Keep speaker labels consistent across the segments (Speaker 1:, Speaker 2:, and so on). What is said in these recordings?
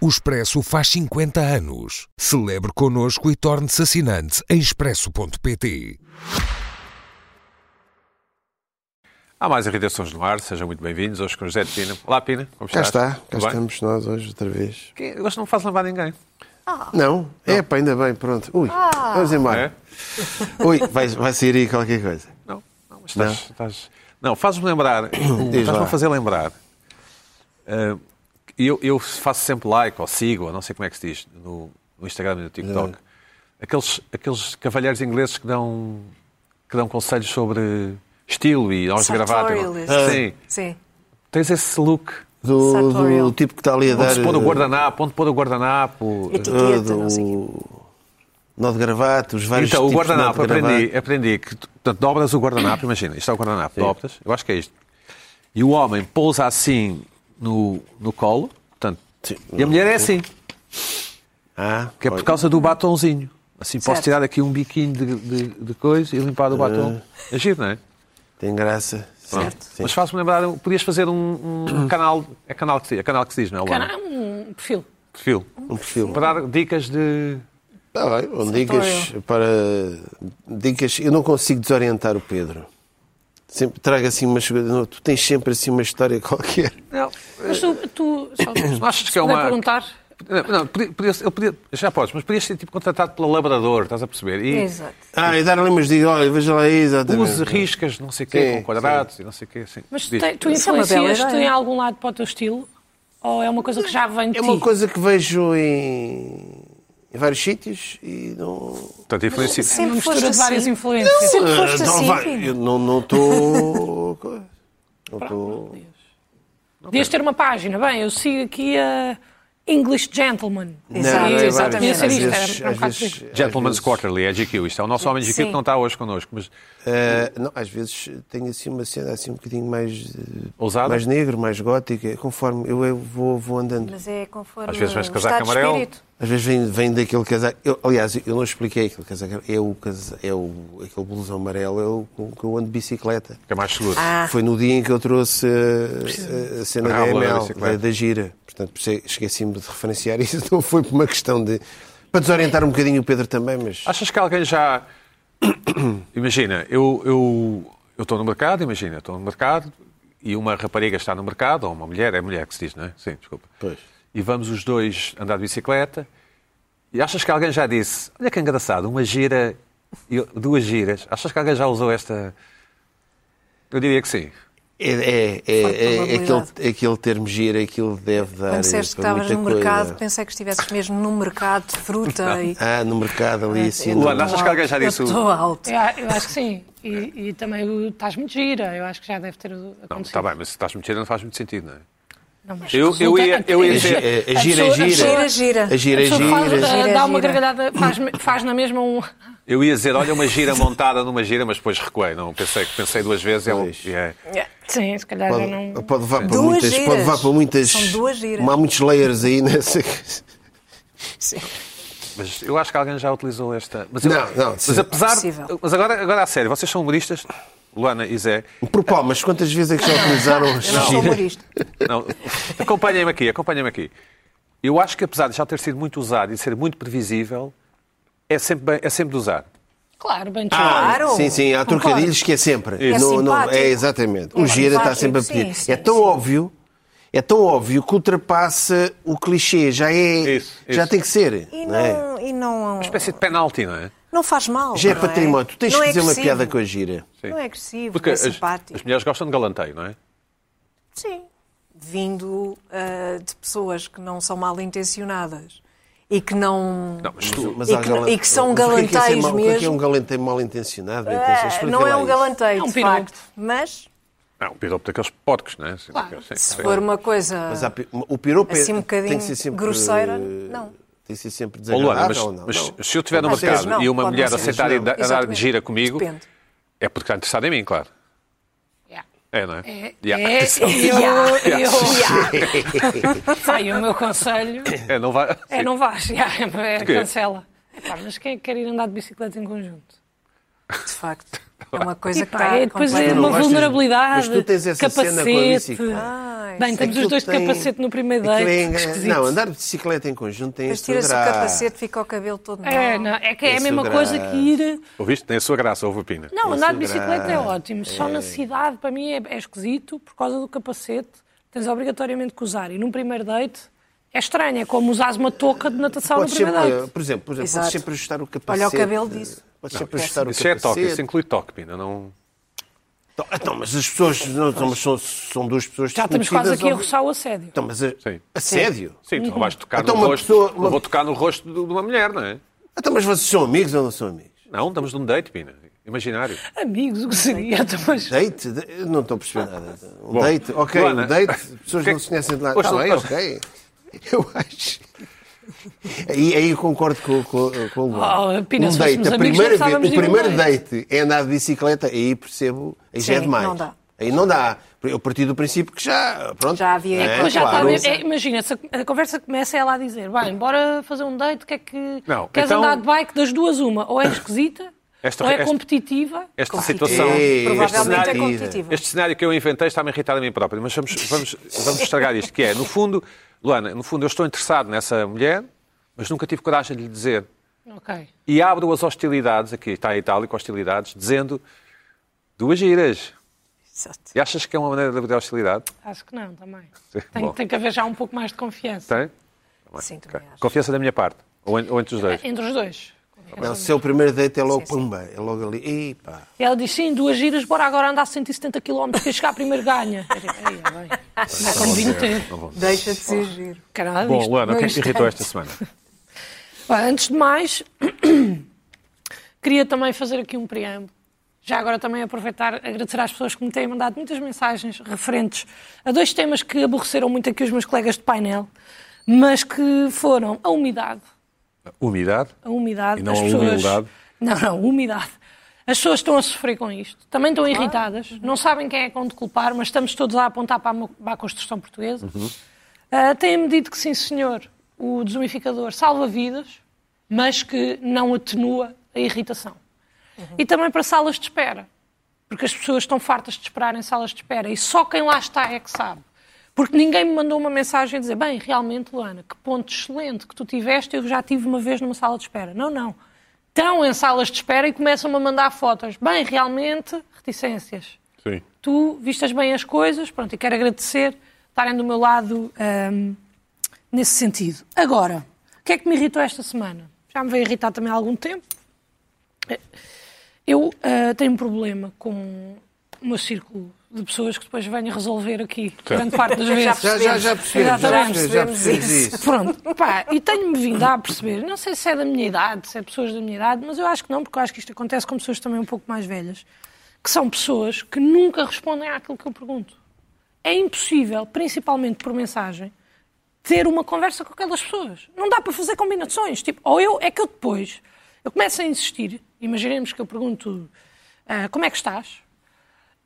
Speaker 1: O Expresso faz 50 anos. Celebre connosco e torne-se assinante em expresso.pt.
Speaker 2: Há mais irritações no ar, sejam muito bem-vindos. Hoje com o José de Pina. Olá, Pina, como
Speaker 3: Cá
Speaker 2: estás?
Speaker 3: está, cá
Speaker 2: Tudo bem?
Speaker 3: estamos nós hoje outra vez.
Speaker 2: Quem- Hoje não faz levar ninguém.
Speaker 3: Não? É, pá, ainda bem, pronto. Ui,
Speaker 4: Ah.
Speaker 3: vamos
Speaker 2: É?
Speaker 3: embora. Ui, vai, vai sair aí qualquer coisa.
Speaker 2: Não, não, mas estás. estás- Não, fazes-me lembrar. Estás-me a
Speaker 3: lá.
Speaker 2: fazer lembrar. Ah, eu, eu faço sempre like ou sigo, ou não sei como é que se diz, no, no Instagram e no TikTok, aqueles, aqueles cavalheiros ingleses que dão, que dão conselhos sobre estilo e nós gravata.
Speaker 4: Sartorialist.
Speaker 2: Sim.
Speaker 4: Sim.
Speaker 2: Tens esse look.
Speaker 3: Do,
Speaker 4: Sartorial.
Speaker 3: do tipo que está ali a dar.
Speaker 2: Onde se pôr o
Speaker 3: eh,
Speaker 2: guardanapo, onde pôr o guardanapo.
Speaker 3: eh,
Speaker 4: Etiqueta, É não sei o quê.
Speaker 3: do nó de gravata, os vários
Speaker 2: Então, o
Speaker 3: tipos de nó
Speaker 2: guardanapo,
Speaker 3: de gravata.
Speaker 2: aprendi, aprendi que tu- portanto, dobras o guardanapo, imagina, isto é o guardanapo, dobras, eu acho que é isto. E o homem pousa assim no, no colo, portanto,
Speaker 3: Sim.
Speaker 2: e a mulher é assim,
Speaker 3: Ah,
Speaker 2: que é por
Speaker 3: olha.
Speaker 2: causa do batonzinho. Assim, posso
Speaker 4: Certo.
Speaker 2: tirar aqui um biquinho de, de, de coisa e limpar o batom. É giro, não é?
Speaker 3: Tem graça.
Speaker 4: Certo.
Speaker 3: Eh. Sim.
Speaker 2: Mas faz-me lembrar, podias fazer um, um canal, é canal que, se- é canal que se diz, não é? Luana?
Speaker 4: Cara, um perfil.
Speaker 2: Perfil.
Speaker 3: Um perfil.
Speaker 2: Para dar dicas de...
Speaker 3: Está bem, bom, dicas para. Dicas. Eu não consigo desorientar o Pedro. Sempre trago assim umas. não, Tu tens sempre assim uma história qualquer.
Speaker 2: Não,
Speaker 4: Mas
Speaker 3: eh,
Speaker 4: tu, tu só
Speaker 2: não achas que é
Speaker 4: se puder
Speaker 2: uma...
Speaker 4: perguntar.
Speaker 2: Não, Eh, Não, podia, podia, ele podia- já podes, mas podias ser tipo contratado pelo labrador, estás a perceber? E
Speaker 4: Exato.
Speaker 3: Ah, e dar ali umas dicas. Olha, veja lá aí, exatamente.
Speaker 2: use riscas, não sei o quê,
Speaker 3: Sim,
Speaker 2: com quadrados e não sei o quê. Assim.
Speaker 4: Mas
Speaker 2: Diz.
Speaker 4: te, tu
Speaker 5: Isso é uma bela
Speaker 4: influencias-te
Speaker 5: ideia.
Speaker 4: em algum lado para o teu estilo? Ou é uma coisa que já vem de
Speaker 3: É
Speaker 4: ti?
Speaker 3: uma coisa que vejo em, em vários sítios e não.
Speaker 2: Portanto, influencia.
Speaker 4: É uma
Speaker 5: Sempre
Speaker 4: mistura
Speaker 5: foste
Speaker 4: de várias
Speaker 5: assim.
Speaker 4: influências.
Speaker 5: Sempre
Speaker 3: Ah,
Speaker 5: foste
Speaker 3: não
Speaker 5: assim,
Speaker 3: vai-
Speaker 5: filho.
Speaker 3: eu não não estou. não estou.
Speaker 4: Podias ter uma página. Bem, eu sigo aqui a English Gentleman.
Speaker 5: Exato,
Speaker 3: não, é vários.
Speaker 5: exatamente.
Speaker 4: Podia ser
Speaker 3: Às vezes-
Speaker 4: isto, era um
Speaker 3: às
Speaker 4: bocado
Speaker 3: vezes-
Speaker 4: triste.
Speaker 3: às
Speaker 2: Gentleman's
Speaker 3: vezes-
Speaker 2: Quarterly, é GQ. Isto é o nosso homem de GQ que
Speaker 4: Sim.
Speaker 2: não está hoje connosco, mas
Speaker 3: Ah, não, às vezes tenho assim uma cena assim um bocadinho mais. eh,
Speaker 2: Ousado?
Speaker 3: Mais negro, mais gótica, É conforme eu, eu vou, vou andando.
Speaker 5: Mas é conforme
Speaker 2: Às vezes vais
Speaker 5: o
Speaker 2: casaco
Speaker 5: estado de
Speaker 2: amarelo.
Speaker 5: espírito.
Speaker 3: Às vezes vem, vem daquele casaco. Eu, aliás, eu não expliquei aquele casaco. É, o, casa- é o, aquele blusão amarelo, é o com que eu ando de bicicleta.
Speaker 2: que é mais seguro.
Speaker 4: Ah.
Speaker 5: Ah.
Speaker 3: Foi no dia em que eu trouxe uh, a, a cena
Speaker 2: Ah,
Speaker 3: da
Speaker 2: boa, da
Speaker 3: ML,
Speaker 2: bicicleta.
Speaker 3: da, da gira. Portanto, por isso é- esqueci-me de referenciar isso. Não foi por uma questão de. Para desorientar um bocadinho o Pedro também, mas.
Speaker 2: Achas que alguém já. Imagina, eu eu eu estou no mercado, imagina, estou no mercado e uma rapariga está no mercado, ou uma mulher, é mulher que se diz, não é? Sim, desculpa.
Speaker 3: Pois.
Speaker 2: E vamos os dois andar de bicicleta e achas que alguém já disse: Olha que engraçado, uma gira, e duas giras. Achas que alguém já usou esta. Eu diria que sim.
Speaker 3: É, é, é, é- é
Speaker 5: probabilidade.
Speaker 3: aquele, aquele termo gira, aquilo deve dar.
Speaker 5: Quando disseste que
Speaker 3: para
Speaker 5: estavas no
Speaker 3: é muita coisa.
Speaker 5: mercado, pensei que estivesses mesmo no mercado de fruta e.
Speaker 3: Ah, no mercado ali assim. no-
Speaker 2: Luana, achas que alguém já disse.
Speaker 5: Eu
Speaker 2: o-
Speaker 5: estou alto.
Speaker 3: É,
Speaker 4: Eu, a- É, eu acho que sim. E, e também o estás muito gira. Eu acho que já deve ter
Speaker 3: tá
Speaker 4: acontecido.
Speaker 2: Não, está bem, mas se estás mentindo não faz muito sentido, não é?
Speaker 4: Não, mas
Speaker 2: Eu- eu
Speaker 4: resulta-
Speaker 2: ia- eu ia
Speaker 3: É, gi-
Speaker 2: dizer-
Speaker 3: é, é
Speaker 4: A
Speaker 3: gira, é
Speaker 4: pessoa- a
Speaker 3: gira.
Speaker 5: Gira, gira.
Speaker 3: É gira,
Speaker 4: A
Speaker 3: é
Speaker 4: pessoa faz-
Speaker 3: gira.
Speaker 5: gira,
Speaker 4: eh, dá uma
Speaker 5: gira.
Speaker 4: gargalhada, faz, faz na mesma um.
Speaker 2: Eu ia dizer, olha, uma gira montada numa gira, mas depois recuei. Não, pensei, pensei duas vezes. É, um-
Speaker 3: Pois.
Speaker 2: e é-
Speaker 4: Sim, se calhar já não.
Speaker 3: Pode, pode levar para
Speaker 5: Duas
Speaker 3: muitas.
Speaker 5: giras.
Speaker 3: Pode levar para muitas.
Speaker 5: São duas giras.
Speaker 3: Há muitos layers aí né? nessa.
Speaker 5: Sim.
Speaker 2: Mas eu acho que alguém já utilizou esta. Mas eu-
Speaker 3: Não, não,
Speaker 2: Mas
Speaker 3: sim.
Speaker 2: apesar.
Speaker 5: Possível.
Speaker 2: Mas agora, agora a sério, vocês são humoristas, Luana e Zé.
Speaker 3: Propó, mas quantas vezes é que já utilizaram as
Speaker 5: Eu não sou
Speaker 3: giras?
Speaker 5: humorista.
Speaker 2: Não, acompanhem-me aqui, acompanhem-me aqui. Eu acho que apesar de já ter sido muito usado e de ser muito previsível, é sempre, bem- é sempre de usar.
Speaker 4: Claro, bem
Speaker 5: Claro.
Speaker 3: Sim, sim, há
Speaker 4: Concordo.
Speaker 3: trocadilhos que é sempre.
Speaker 5: É simpático.
Speaker 3: é exatamente. O gira está
Speaker 5: simpático,
Speaker 3: sempre a
Speaker 5: sim,
Speaker 3: pedir.
Speaker 5: sim,
Speaker 3: é tão
Speaker 5: sim.
Speaker 3: óbvio, é tão óbvio que ultrapassa o clichê, já é,
Speaker 2: Isso,
Speaker 3: já
Speaker 2: isso.
Speaker 3: tem que ser.
Speaker 5: E
Speaker 3: não é?
Speaker 5: não, e não,
Speaker 2: Uma espécie de penalti, não é?
Speaker 5: não faz mal.
Speaker 3: Já é
Speaker 5: não
Speaker 3: património. Tu tens
Speaker 5: Não
Speaker 3: que
Speaker 5: é
Speaker 3: fazer uma
Speaker 5: agressivo.
Speaker 3: piada com a gira.
Speaker 5: Não é agressivo,
Speaker 2: Porque
Speaker 5: é
Speaker 2: as,
Speaker 5: simpático.
Speaker 2: as mulheres gostam de galanteio, não é?
Speaker 5: Sim. Vindo ah, de pessoas que não são mal intencionadas e que não.
Speaker 2: Não, mas tu,
Speaker 3: Mas
Speaker 5: E
Speaker 3: há
Speaker 5: que- e que são
Speaker 3: Mas o que é que é ser
Speaker 5: galanteios
Speaker 3: mal- O que é que é
Speaker 5: mesmo?
Speaker 3: um galanteio mal intencionado? bem,
Speaker 5: Ah,
Speaker 3: pensa, explica
Speaker 5: não é
Speaker 3: lá
Speaker 5: um
Speaker 3: isso.
Speaker 5: galanteio,
Speaker 4: É um
Speaker 5: de
Speaker 4: piropo.
Speaker 5: facto. Mas,
Speaker 2: não, o piropo daqueles porcos, não é? Sim, sim,
Speaker 5: se
Speaker 2: sim.
Speaker 5: for uma coisa.
Speaker 3: Mas há pi- o piropo é-
Speaker 5: Assim um
Speaker 3: tem
Speaker 5: bocadinho
Speaker 3: que ser sempre
Speaker 5: grosseira,
Speaker 3: eh,
Speaker 5: não.
Speaker 3: Tem que ser
Speaker 2: Ó,
Speaker 3: sempre desagradável
Speaker 2: Luana, mas,
Speaker 3: ou não?
Speaker 2: mas
Speaker 3: Não.
Speaker 2: se eu estiver no
Speaker 5: Às vezes
Speaker 2: mercado
Speaker 5: não,
Speaker 2: e uma
Speaker 5: pode
Speaker 2: mulher
Speaker 5: não ser.
Speaker 2: aceitar e da- andar de
Speaker 5: Exatamente.
Speaker 2: gira comigo,
Speaker 5: Depende.
Speaker 2: é porque está interessada em mim, claro.
Speaker 4: Yeah.
Speaker 2: É, não é?
Speaker 4: É,
Speaker 2: Yeah.
Speaker 3: um
Speaker 4: é, eu,
Speaker 2: Yeah.
Speaker 4: eu, Ai, o meu conselho
Speaker 2: É, não vai.
Speaker 4: é não vais, yeah, é,
Speaker 2: quê?
Speaker 4: cancela. Epá, mas quem é que quer ir andar de bicicleta em conjunto?
Speaker 5: de facto. É uma coisa
Speaker 4: E
Speaker 5: que
Speaker 4: pá,
Speaker 5: está
Speaker 4: é depois é
Speaker 5: completamente-
Speaker 3: Não
Speaker 4: uma
Speaker 3: gostas-
Speaker 4: vulnerabilidade.
Speaker 3: mas tu tens essa
Speaker 4: capacete.
Speaker 3: cena com a bicicleta.
Speaker 5: Ai,
Speaker 4: Bem, estamos os dois de
Speaker 3: Aquilo
Speaker 4: capacete
Speaker 3: tem-
Speaker 4: no primeiro date.
Speaker 3: aquilo é
Speaker 4: que
Speaker 3: engan-
Speaker 4: esquisito.
Speaker 3: Não, andar de bicicleta em conjunto tem
Speaker 5: Mas
Speaker 3: este
Speaker 5: tira-se o
Speaker 3: drama.
Speaker 5: capacete, fica o cabelo todo
Speaker 4: É,
Speaker 5: mau.
Speaker 4: não, é que é a
Speaker 3: Isso
Speaker 4: mesma
Speaker 3: gra-
Speaker 4: coisa que ir.
Speaker 2: Ouviste? Tem a sua graça, houve a pina.
Speaker 4: Não, andar de bicicleta é ótimo. Só na cidade, para mim, é, é esquisito por causa do capacete. Tens obrigatoriamente que usar. E num primeiro date é estranho. É como usares uma touca de natação
Speaker 3: Podes
Speaker 4: no primeiro
Speaker 3: sempre,
Speaker 4: date.
Speaker 3: por exemplo, por exemplo
Speaker 5: Exato.
Speaker 3: podes sempre ajustar o capacete.
Speaker 5: Olha o cabelo disso.
Speaker 3: Podes sempre ajustar o
Speaker 2: Isso é toque, isso
Speaker 3: capacete.
Speaker 2: inclui toque, pina. Não...
Speaker 3: Então, então, mas as pessoas não, não, mas são, são duas pessoas
Speaker 4: Já estamos quase aqui a
Speaker 3: ao-
Speaker 4: roçar o assédio.
Speaker 3: Então, mas a,
Speaker 2: Sim.
Speaker 3: assédio?
Speaker 2: Sim, tu não vais tocar
Speaker 3: Então
Speaker 2: no
Speaker 3: uma
Speaker 2: rosto.
Speaker 3: pessoa-
Speaker 2: Não vou tocar no rosto de uma mulher, não é?
Speaker 3: Então, mas vocês são amigos ou não são amigos?
Speaker 2: Não, estamos num date, pina. Imaginário.
Speaker 4: Amigos, o que seria? Então, mas-
Speaker 3: Date? De- eu não estou a perceber nada. Um
Speaker 2: Bom,
Speaker 3: date? Ok,
Speaker 2: Luana,
Speaker 3: um date. Pessoas
Speaker 2: que é
Speaker 3: não
Speaker 2: que-
Speaker 3: se conhecem de nada.
Speaker 2: Hoje
Speaker 3: Está
Speaker 2: não-
Speaker 3: bem, ok. Eu acho. Aí, aí eu concordo com, com, com o Luana. Um
Speaker 4: Oh, Pina, se fôssemos
Speaker 3: a
Speaker 4: amigos,
Speaker 3: primeira
Speaker 4: não
Speaker 3: vez,
Speaker 4: precisávamos
Speaker 3: o
Speaker 4: de ir a um
Speaker 3: primeiro date é andar de bicicleta, aí percebo, aí já é
Speaker 5: Sim,
Speaker 3: demais.
Speaker 5: não dá.
Speaker 3: Aí não dá. Eu parti do princípio que já, pronto.
Speaker 5: Já havia-
Speaker 3: né,
Speaker 5: É
Speaker 4: Pois já está a
Speaker 3: claro.
Speaker 4: ver- é, imagina, se a a conversa começa é ela a dizer: vai, bora fazer um date, o que é que.
Speaker 2: Não,
Speaker 4: queres
Speaker 2: então-
Speaker 4: andar de bike das duas, uma? Ou é esquisita,
Speaker 2: Esta-
Speaker 4: ou é
Speaker 2: esta-
Speaker 4: competitiva.
Speaker 2: Esta
Speaker 5: Competitiva.
Speaker 2: situação.
Speaker 3: Ei,
Speaker 2: este
Speaker 5: Provavelmente é
Speaker 2: cenário-
Speaker 5: competitiva.
Speaker 2: Este cenário que eu inventei está-me a irritar a mim próprio, mas vamos, vamos, vamos estragar isto, que é, no fundo, Luana, no fundo eu estou interessado nessa mulher, mas nunca tive coragem de lhe dizer.
Speaker 4: Ok.
Speaker 2: E abro as hostilidades, aqui está a Itália com hostilidades, dizendo duas giras.
Speaker 5: Exato.
Speaker 2: E achas que é uma maneira de abordar a hostilidade?
Speaker 4: Acho que não, também.
Speaker 2: Sim, bom.
Speaker 4: Tem, tem que haver já um pouco mais de confiança.
Speaker 2: Tem?
Speaker 5: Sim,
Speaker 2: Ok.
Speaker 5: também acho.
Speaker 2: Confiança da minha parte. Ou, en- ou entre os dois.
Speaker 4: Entre os dois.
Speaker 3: Não, se é o primeiro date é logo pumba, é logo ali. Ei, pá.
Speaker 4: E ela diz: sim, duas giras, bora agora andar 170 km, quem é chegar primeiro ganha. Eu digo, "Ei, bem, Não é como vinho ter.
Speaker 2: Não vou-
Speaker 5: Deixa de ser giro.
Speaker 4: Que era nada
Speaker 2: Bom,
Speaker 4: disto.
Speaker 2: Luana, o que é que te
Speaker 4: Dois
Speaker 2: irritou
Speaker 4: tantos.
Speaker 2: esta semana?
Speaker 4: Olha, antes de mais, queria também fazer aqui um preâmbulo. Já agora também aproveitar, agradecer às pessoas que me têm mandado muitas mensagens referentes a dois temas que aborreceram muito aqui os meus colegas de painel, mas que foram a umidade.
Speaker 2: Umidade?
Speaker 4: A umidade
Speaker 2: E não
Speaker 4: as
Speaker 2: a
Speaker 4: pessoas...
Speaker 2: humildade?
Speaker 4: Não, não, umidade. As pessoas estão a sofrer com isto. Também estão irritadas. Não sabem quem é que vão de culpar, mas estamos todos a apontar para a, mo- para a construção portuguesa.
Speaker 2: Uhum.
Speaker 4: Ah, Têm-me dito que sim, senhor, o desumificador salva vidas, mas que não atenua a irritação. E também para salas de espera. Porque as pessoas estão fartas de esperar em salas de espera. E só quem lá está é que sabe. Porque ninguém me mandou uma mensagem a dizer: bem, realmente, Luana, que ponto excelente que tu tiveste, eu já tive uma vez numa sala de espera. Não, não. Estão em salas de espera e começam-me a mandar fotos. Bem, realmente, reticências
Speaker 2: Sim.
Speaker 4: tu vistas bem as coisas, pronto, e quero agradecer estarem do meu lado ahm, nesse sentido. Agora, o que é que me irritou esta semana? Já me veio irritar também há algum tempo. Eu ah, tenho um problema com o meu círculo de pessoas que depois venho resolver aqui, grande parte das vezes.
Speaker 3: Já, já, já percebemos, já percebemos,
Speaker 4: Exatamente.
Speaker 3: já
Speaker 5: Percebemos
Speaker 3: percebemos
Speaker 5: isso.
Speaker 3: isso.
Speaker 4: Pronto, pá, e tenho-me vindo a perceber, não sei se é da minha idade, se é pessoas da minha idade, mas eu acho que não, porque eu acho que isto acontece com pessoas também um pouco mais velhas, que são pessoas que nunca respondem àquilo que eu pergunto. É impossível, principalmente por mensagem, ter uma conversa com aquelas pessoas. Não dá para fazer combinações. Tipo, ou eu, é que eu depois, eu começo a insistir, imaginemos que eu pergunto ah, como é que estás,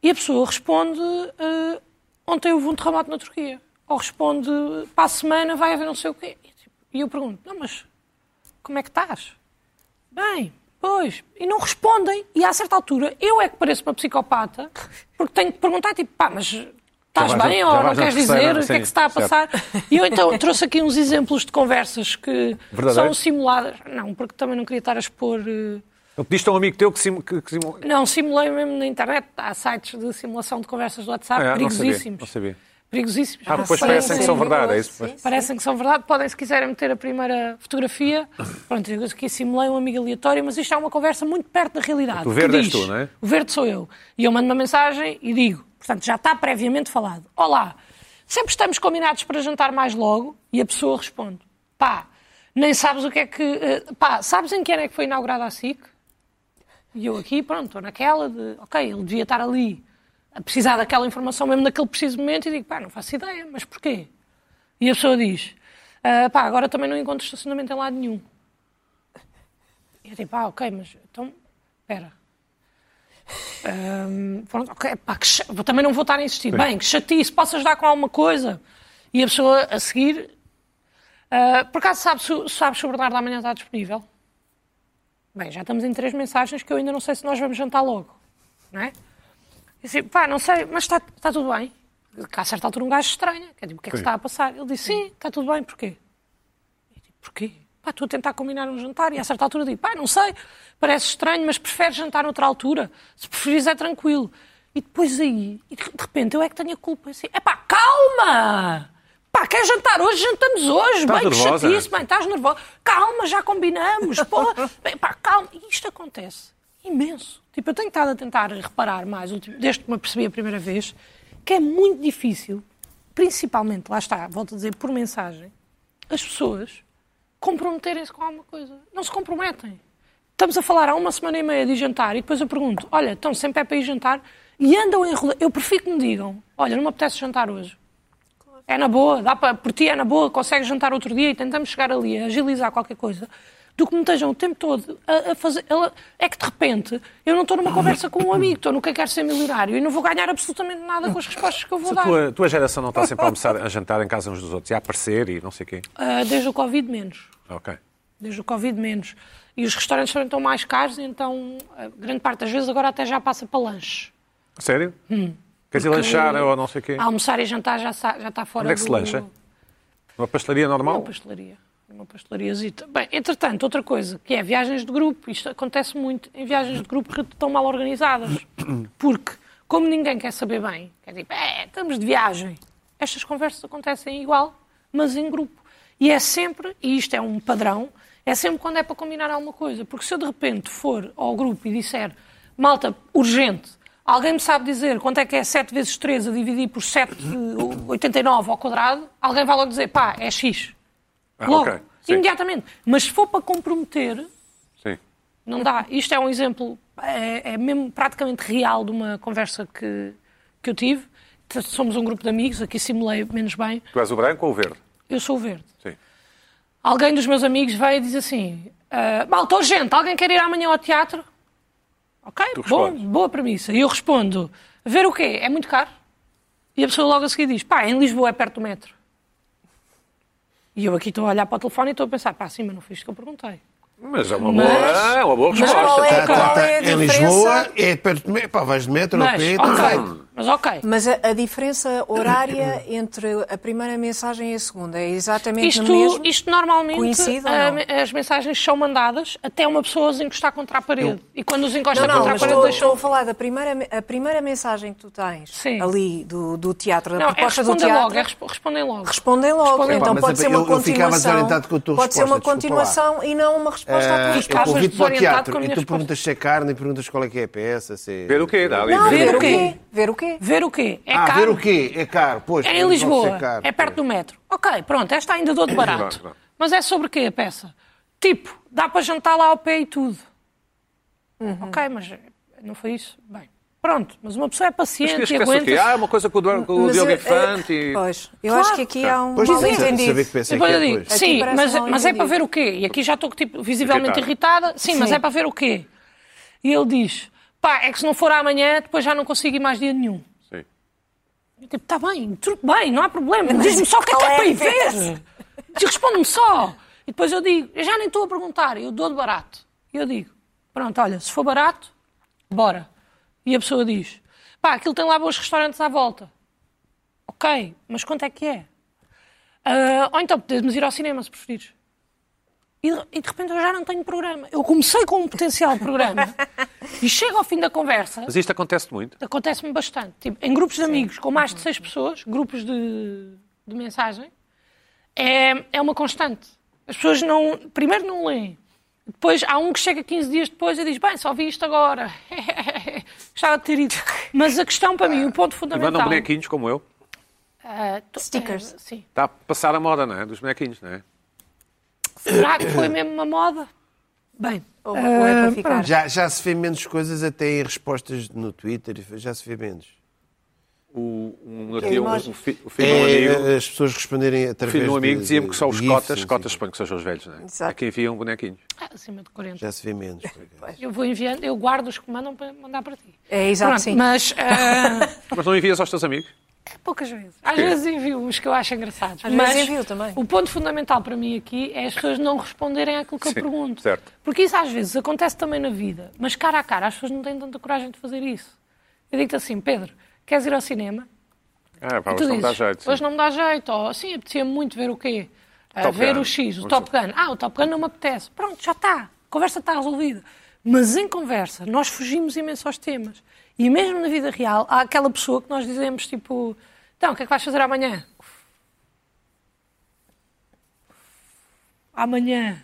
Speaker 4: e a pessoa responde: ah, Ontem houve um terremoto na Turquia. Ou responde: Para a semana vai haver não sei o quê. E tipo, E eu pergunto: Não, mas como é que estás? Bem, pois. E não respondem. E a certa altura eu é que pareço uma psicopata, porque tenho que perguntar: Tipo, pá, mas estás
Speaker 2: Já vais
Speaker 4: bem
Speaker 2: na- já
Speaker 4: ou não
Speaker 2: vais na
Speaker 4: queres
Speaker 2: terceira,
Speaker 4: dizer? O que é
Speaker 2: sim,
Speaker 4: que se está a
Speaker 2: certo.
Speaker 4: passar? E eu então trouxe aqui uns exemplos de conversas que
Speaker 2: Verdadeiros?
Speaker 4: são simuladas. Não, porque também não queria estar a expor. eh,
Speaker 2: Eu pediste a um amigo teu que, sim, que, que sim-
Speaker 4: não, simulei mesmo na internet. Há sites de simulação de conversas do WhatsApp
Speaker 2: Ah, é, não sabia.
Speaker 4: perigosíssimos.
Speaker 2: Não sabia.
Speaker 4: Perigosíssimos.
Speaker 2: Ah, depois
Speaker 4: Sim,
Speaker 2: parecem que
Speaker 4: sim.
Speaker 2: são verdade, é isso?
Speaker 5: Sim, sim.
Speaker 4: Parecem que são verdade. Podem, se quiserem, meter a primeira fotografia. Pronto, eu aqui simulei um amigo aleatório, mas isto é uma conversa muito perto da realidade.
Speaker 2: O verde
Speaker 4: Que
Speaker 2: és
Speaker 4: diz,
Speaker 2: tu, não é?
Speaker 4: O verde sou eu. E eu mando uma mensagem e digo, portanto, já está previamente falado. Olá, sempre estamos combinados para jantar mais logo? E a pessoa responde, pá, nem sabes o que é que... eh, Pá, sabes em que ano é que foi inaugurada a SIC? E eu aqui, pronto, estou naquela de, ok, ele devia estar ali a precisar daquela informação mesmo naquele preciso momento e digo, pá, não faço ideia, mas porquê? E a pessoa diz, "Ah, pá, agora também não encontro estacionamento em lado nenhum. E eu tipo, ah, ok, mas então, espera. Ahm, pronto, ok, pá, que cha- também não vou estar a insistir. Bem, que chatice, posso ajudar com alguma coisa? E a pessoa a seguir, ah, por acaso sabes, se o- sabes se o Bernardo amanhã está disponível? Bem, já estamos em três mensagens que eu ainda não sei se nós vamos jantar logo. Não é? E assim, pá, não sei, mas está, está tudo bem. Cá a certa altura um gajo estranha. Que é tipo, o que é que se está a passar? Ele disse, sim, está tudo bem, porquê? Eu digo, porquê? Pá, estou a tentar combinar um jantar e a certa altura digo, pá, não sei, parece estranho, mas preferes jantar noutra altura. Se preferires é tranquilo. E depois aí, e de de repente eu é que tenho a culpa. Assim, é pá, calma! Pá, quer jantar hoje? Jantamos hoje.
Speaker 2: Estás
Speaker 4: bem,
Speaker 2: nervosa?
Speaker 4: que chatice, bem, estás nervosa. Calma, já combinamos. Porra. Bem, pá, calma. E isto acontece imenso. Tipo, eu tenho estado a tentar reparar mais, ultim- desde que me apercebi a primeira vez, que é muito difícil, principalmente, lá está, volto a dizer, por mensagem, as pessoas comprometerem-se com alguma coisa. Não se comprometem. Estamos a falar há uma semana e meia de jantar e depois eu pergunto, olha, estão sempre é para ir jantar e andam em roda. Eu prefiro que me digam, olha, não me apetece jantar hoje. É na boa, dá para, por ti é na boa, consegues jantar outro dia e tentamos chegar ali a agilizar qualquer coisa, do que me estejam o tempo todo a, a fazer. ela- é que de repente eu não estou numa conversa com um amigo, estou no que quero ser milionário e não vou ganhar absolutamente nada com as respostas que eu vou
Speaker 2: A
Speaker 5: Então
Speaker 4: dar.
Speaker 2: tua, tua geração não está sempre a almoçar, a jantar em casa uns dos outros e a aparecer e não sei o quê.
Speaker 4: Ah, desde o Covid, menos.
Speaker 2: Ok.
Speaker 4: Desde o Covid, menos. E os restaurantes também estão mais caros, então a grande parte das vezes agora até já passa para lanche.
Speaker 2: Sério?
Speaker 5: Hum.
Speaker 2: Queres ir lanchar ou não sei o quê?
Speaker 4: Almoçar e jantar já, sa- já está fora
Speaker 2: Onde é que se
Speaker 4: do-
Speaker 2: lancha? Uma pastelaria normal?
Speaker 4: Uma pastelaria. Uma pastelariazita. Bem, entretanto, outra coisa, que é viagens de grupo. Isto acontece muito em viagens de grupo que estão mal organizadas. Porque, como ninguém quer saber bem, quer dizer, é, estamos de viagem. Estas conversas acontecem igual, mas em grupo. E é sempre, e isto é um padrão, é sempre quando é para combinar alguma coisa. Porque se eu de repente for ao grupo e disser, malta, urgente, alguém me sabe dizer quanto é que é 7 vezes 3 a dividir por 7, eh, 89 ao quadrado, alguém vai logo dizer, pá, é X.
Speaker 2: Ah,
Speaker 4: Logo,
Speaker 2: ok. Sim.
Speaker 4: imediatamente. Mas se for para comprometer,
Speaker 2: Sim.
Speaker 4: não dá. Isto é um exemplo, é, é mesmo praticamente real de uma conversa que, que eu tive. T- Somos um grupo de amigos, aqui simulei menos bem.
Speaker 2: Tu és o branco ou o verde?
Speaker 4: Eu sou o verde.
Speaker 2: Sim.
Speaker 4: Alguém dos meus amigos veio e diz assim: ah, Malta, urgente, alguém quer ir amanhã ao teatro? Ok,
Speaker 2: Tu
Speaker 4: bom,
Speaker 2: respondes.
Speaker 4: boa premissa. E eu respondo: Ver o quê? É muito caro? E a pessoa logo a seguir diz: Pá, em Lisboa é perto do metro. E eu aqui estou a olhar para o telefone e estou a pensar: Pá, sim, mas não foi isto que eu perguntei.
Speaker 2: Mas é uma
Speaker 4: Mas-
Speaker 2: boa, é uma boa
Speaker 4: mas-
Speaker 2: resposta.
Speaker 5: qual é,
Speaker 4: Tá, tá,
Speaker 5: qual é a
Speaker 3: Em
Speaker 5: diferença?
Speaker 3: Lisboa, é perto de metro, pá, vais de metro, a
Speaker 4: Mas,
Speaker 3: pé, tá feito.
Speaker 4: ok, mas ok.
Speaker 5: Mas a, a diferença horária entre a primeira mensagem e a segunda é exatamente o
Speaker 4: Isto,
Speaker 5: mesmo?
Speaker 4: isto normalmente
Speaker 5: Coincide ou
Speaker 4: ah,
Speaker 5: não?
Speaker 4: as mensagens são mandadas até uma pessoa os encostar contra a parede. E quando os encosta
Speaker 5: Não, não,
Speaker 4: contra a
Speaker 5: mas
Speaker 4: parede,
Speaker 5: estou, estou
Speaker 4: deixam
Speaker 5: a falar da primeira, me- a primeira mensagem que tu tens
Speaker 4: Sim.
Speaker 5: ali do, do teatro, da
Speaker 4: Não, é
Speaker 5: proposta do
Speaker 4: respondem
Speaker 5: teatro.
Speaker 4: logo, é respo- respondem logo.
Speaker 5: Respondem logo,
Speaker 4: Respondem.
Speaker 5: então
Speaker 3: Epá, mas
Speaker 5: pode ser uma
Speaker 3: eu- eu ficava
Speaker 5: continuação.
Speaker 3: desorientado com a tua
Speaker 5: pode ser uma
Speaker 3: resposta, desculpa lá.
Speaker 5: continuação e não uma resposta à tua
Speaker 3: Ah, eu
Speaker 5: resposta.
Speaker 4: estavas
Speaker 3: convido para o
Speaker 4: desorientado com a
Speaker 3: teatro
Speaker 4: minha
Speaker 3: e tu
Speaker 4: resposta.
Speaker 3: perguntas se é carne e perguntas qual é que é a peça. Se...
Speaker 2: Ver o quê? Dá ali
Speaker 5: Não,
Speaker 2: ver.
Speaker 5: ver o
Speaker 4: quê?
Speaker 5: quê? Ver o quê?
Speaker 4: Ver o quê? É
Speaker 3: ah,
Speaker 4: caro?
Speaker 3: ver o quê? É caro, pois.
Speaker 4: É
Speaker 3: não
Speaker 4: em
Speaker 3: sei se
Speaker 4: Lisboa,
Speaker 3: caro,
Speaker 4: é perto do
Speaker 3: pois.
Speaker 4: metro. Ok, pronto, esta ainda dou de barato.
Speaker 2: Claro.
Speaker 4: Mas é sobre quê a peça? Tipo, dá para jantar lá ao pé e tudo. Ok, mas não foi isso? Bem, pronto, mas uma pessoa é
Speaker 2: Mas
Speaker 4: paciente
Speaker 2: que
Speaker 4: e
Speaker 2: esquece o quê?
Speaker 4: aguenta.
Speaker 2: Ah, uma coisa com o, Duarte- com o
Speaker 5: Mas,
Speaker 2: Diogo
Speaker 5: eh,
Speaker 2: Infante e...
Speaker 5: Pois, eu
Speaker 4: Claro.
Speaker 5: acho que aqui há um
Speaker 3: Pois não, saber
Speaker 5: mal-entendido.
Speaker 3: saber que peça é que
Speaker 4: Depois eu
Speaker 3: é,
Speaker 4: digo,
Speaker 3: pois.
Speaker 4: sim,
Speaker 5: parece
Speaker 4: mas,
Speaker 5: mal
Speaker 4: mas é para
Speaker 5: entendido.
Speaker 4: ver o quê? E aqui já estou tipo, visivelmente irritada. Sim, mas
Speaker 5: Sim.
Speaker 4: é para ver o quê? E ele diz, pá, é que se não for amanhã, depois já não consigo ir mais dia nenhum.
Speaker 2: Sim.
Speaker 4: Eu tipo, está bem, tudo bem, não há problema.
Speaker 5: Mas
Speaker 4: Diz-me só o que é que é
Speaker 5: qual
Speaker 4: para
Speaker 5: é
Speaker 4: ir
Speaker 5: a peça?
Speaker 4: ver. Diz, Responde-me só. E depois eu digo, eu já nem estou a perguntar, eu dou de barato. E eu digo, pronto, olha, se for barato, bora. E a pessoa diz, pá, aquilo tem lá bons restaurantes à volta. Ok, mas quanto é que é? Ah, ou então podemos ir ao cinema, se preferires. E de, e de repente eu já não tenho programa. Eu comecei com um potencial programa e chego ao fim da conversa
Speaker 2: Mas isto acontece muito.
Speaker 4: Acontece-me bastante. Tipo, em grupos de amigos com mais
Speaker 5: Uhum.
Speaker 4: de seis pessoas, grupos de, de mensagem, é, é uma constante. As pessoas não. Primeiro não leem. Depois há um que chega 15 dias depois e diz: Bem, só vi isto agora. Gostava de ter ido. Mas a questão para mim, o ponto
Speaker 5: É
Speaker 2: E mandam
Speaker 4: fundamental.
Speaker 2: bonequinhos um como eu.
Speaker 4: Ah, to-
Speaker 5: Stickers.
Speaker 4: eh, sim.
Speaker 2: Está a passar a moda, não é? Dos bonequinhos, não é?
Speaker 4: Será que foi mesmo uma moda? Bem,
Speaker 5: Ou, ou é
Speaker 4: Ah,
Speaker 5: para ficar.
Speaker 3: Já, já se vê menos coisas até em respostas no Twitter, já se vê menos.
Speaker 2: O, um, eu tinha um,
Speaker 5: imagem.
Speaker 2: um fi- o filho de um
Speaker 3: É,
Speaker 2: amigo...
Speaker 3: As pessoas responderem
Speaker 2: O
Speaker 3: através
Speaker 2: filho de um amigo
Speaker 3: de-
Speaker 2: dizia-me que só os
Speaker 3: de
Speaker 2: cotas,
Speaker 3: gifs,
Speaker 2: cotas
Speaker 3: sim,
Speaker 2: suponho que sejam os velhos, não é?
Speaker 5: Exato.
Speaker 2: Aqui
Speaker 6: um
Speaker 2: enviam bonequinhos.
Speaker 4: ah, acima de 40.
Speaker 3: sim. Já se vê menos. por acaso.
Speaker 4: Eu vou enviando, eu guardo os que mandam para mandar para ti.
Speaker 5: É, exato,
Speaker 4: Pronto,
Speaker 5: sim.
Speaker 4: Mas. ah,
Speaker 2: Mas não envias aos teus amigos?
Speaker 4: Poucas vezes. Às vezes envio uns que eu acho engraçados.
Speaker 5: Às
Speaker 4: mas
Speaker 5: vezes envio também.
Speaker 4: O ponto fundamental para mim aqui é as pessoas não responderem àquilo que eu
Speaker 6: Sim,
Speaker 4: pergunto.
Speaker 6: certo.
Speaker 4: Porque isso às vezes acontece também na vida. Mas cara a cara, as pessoas não têm tanta coragem de fazer isso. Eu digo-te assim, Pedro, queres ir ao cinema?
Speaker 6: Ah, pá,
Speaker 4: E tu
Speaker 6: hoje não me dá
Speaker 4: dizes,
Speaker 6: jeito. sim.
Speaker 4: Hoje não me dá jeito. Ou assim, apetecia muito ver o quê? Ah,
Speaker 6: Top
Speaker 4: ver
Speaker 6: Gun.
Speaker 4: o X, o
Speaker 6: Muito
Speaker 4: Top Gun. Ah, o Top Gun não me apetece. Pronto, já está. A conversa está resolvida. Mas em conversa, nós fugimos imenso aos temas. E mesmo na vida real, há aquela pessoa que nós dizemos tipo: então, o que é que vais fazer amanhã? Amanhã.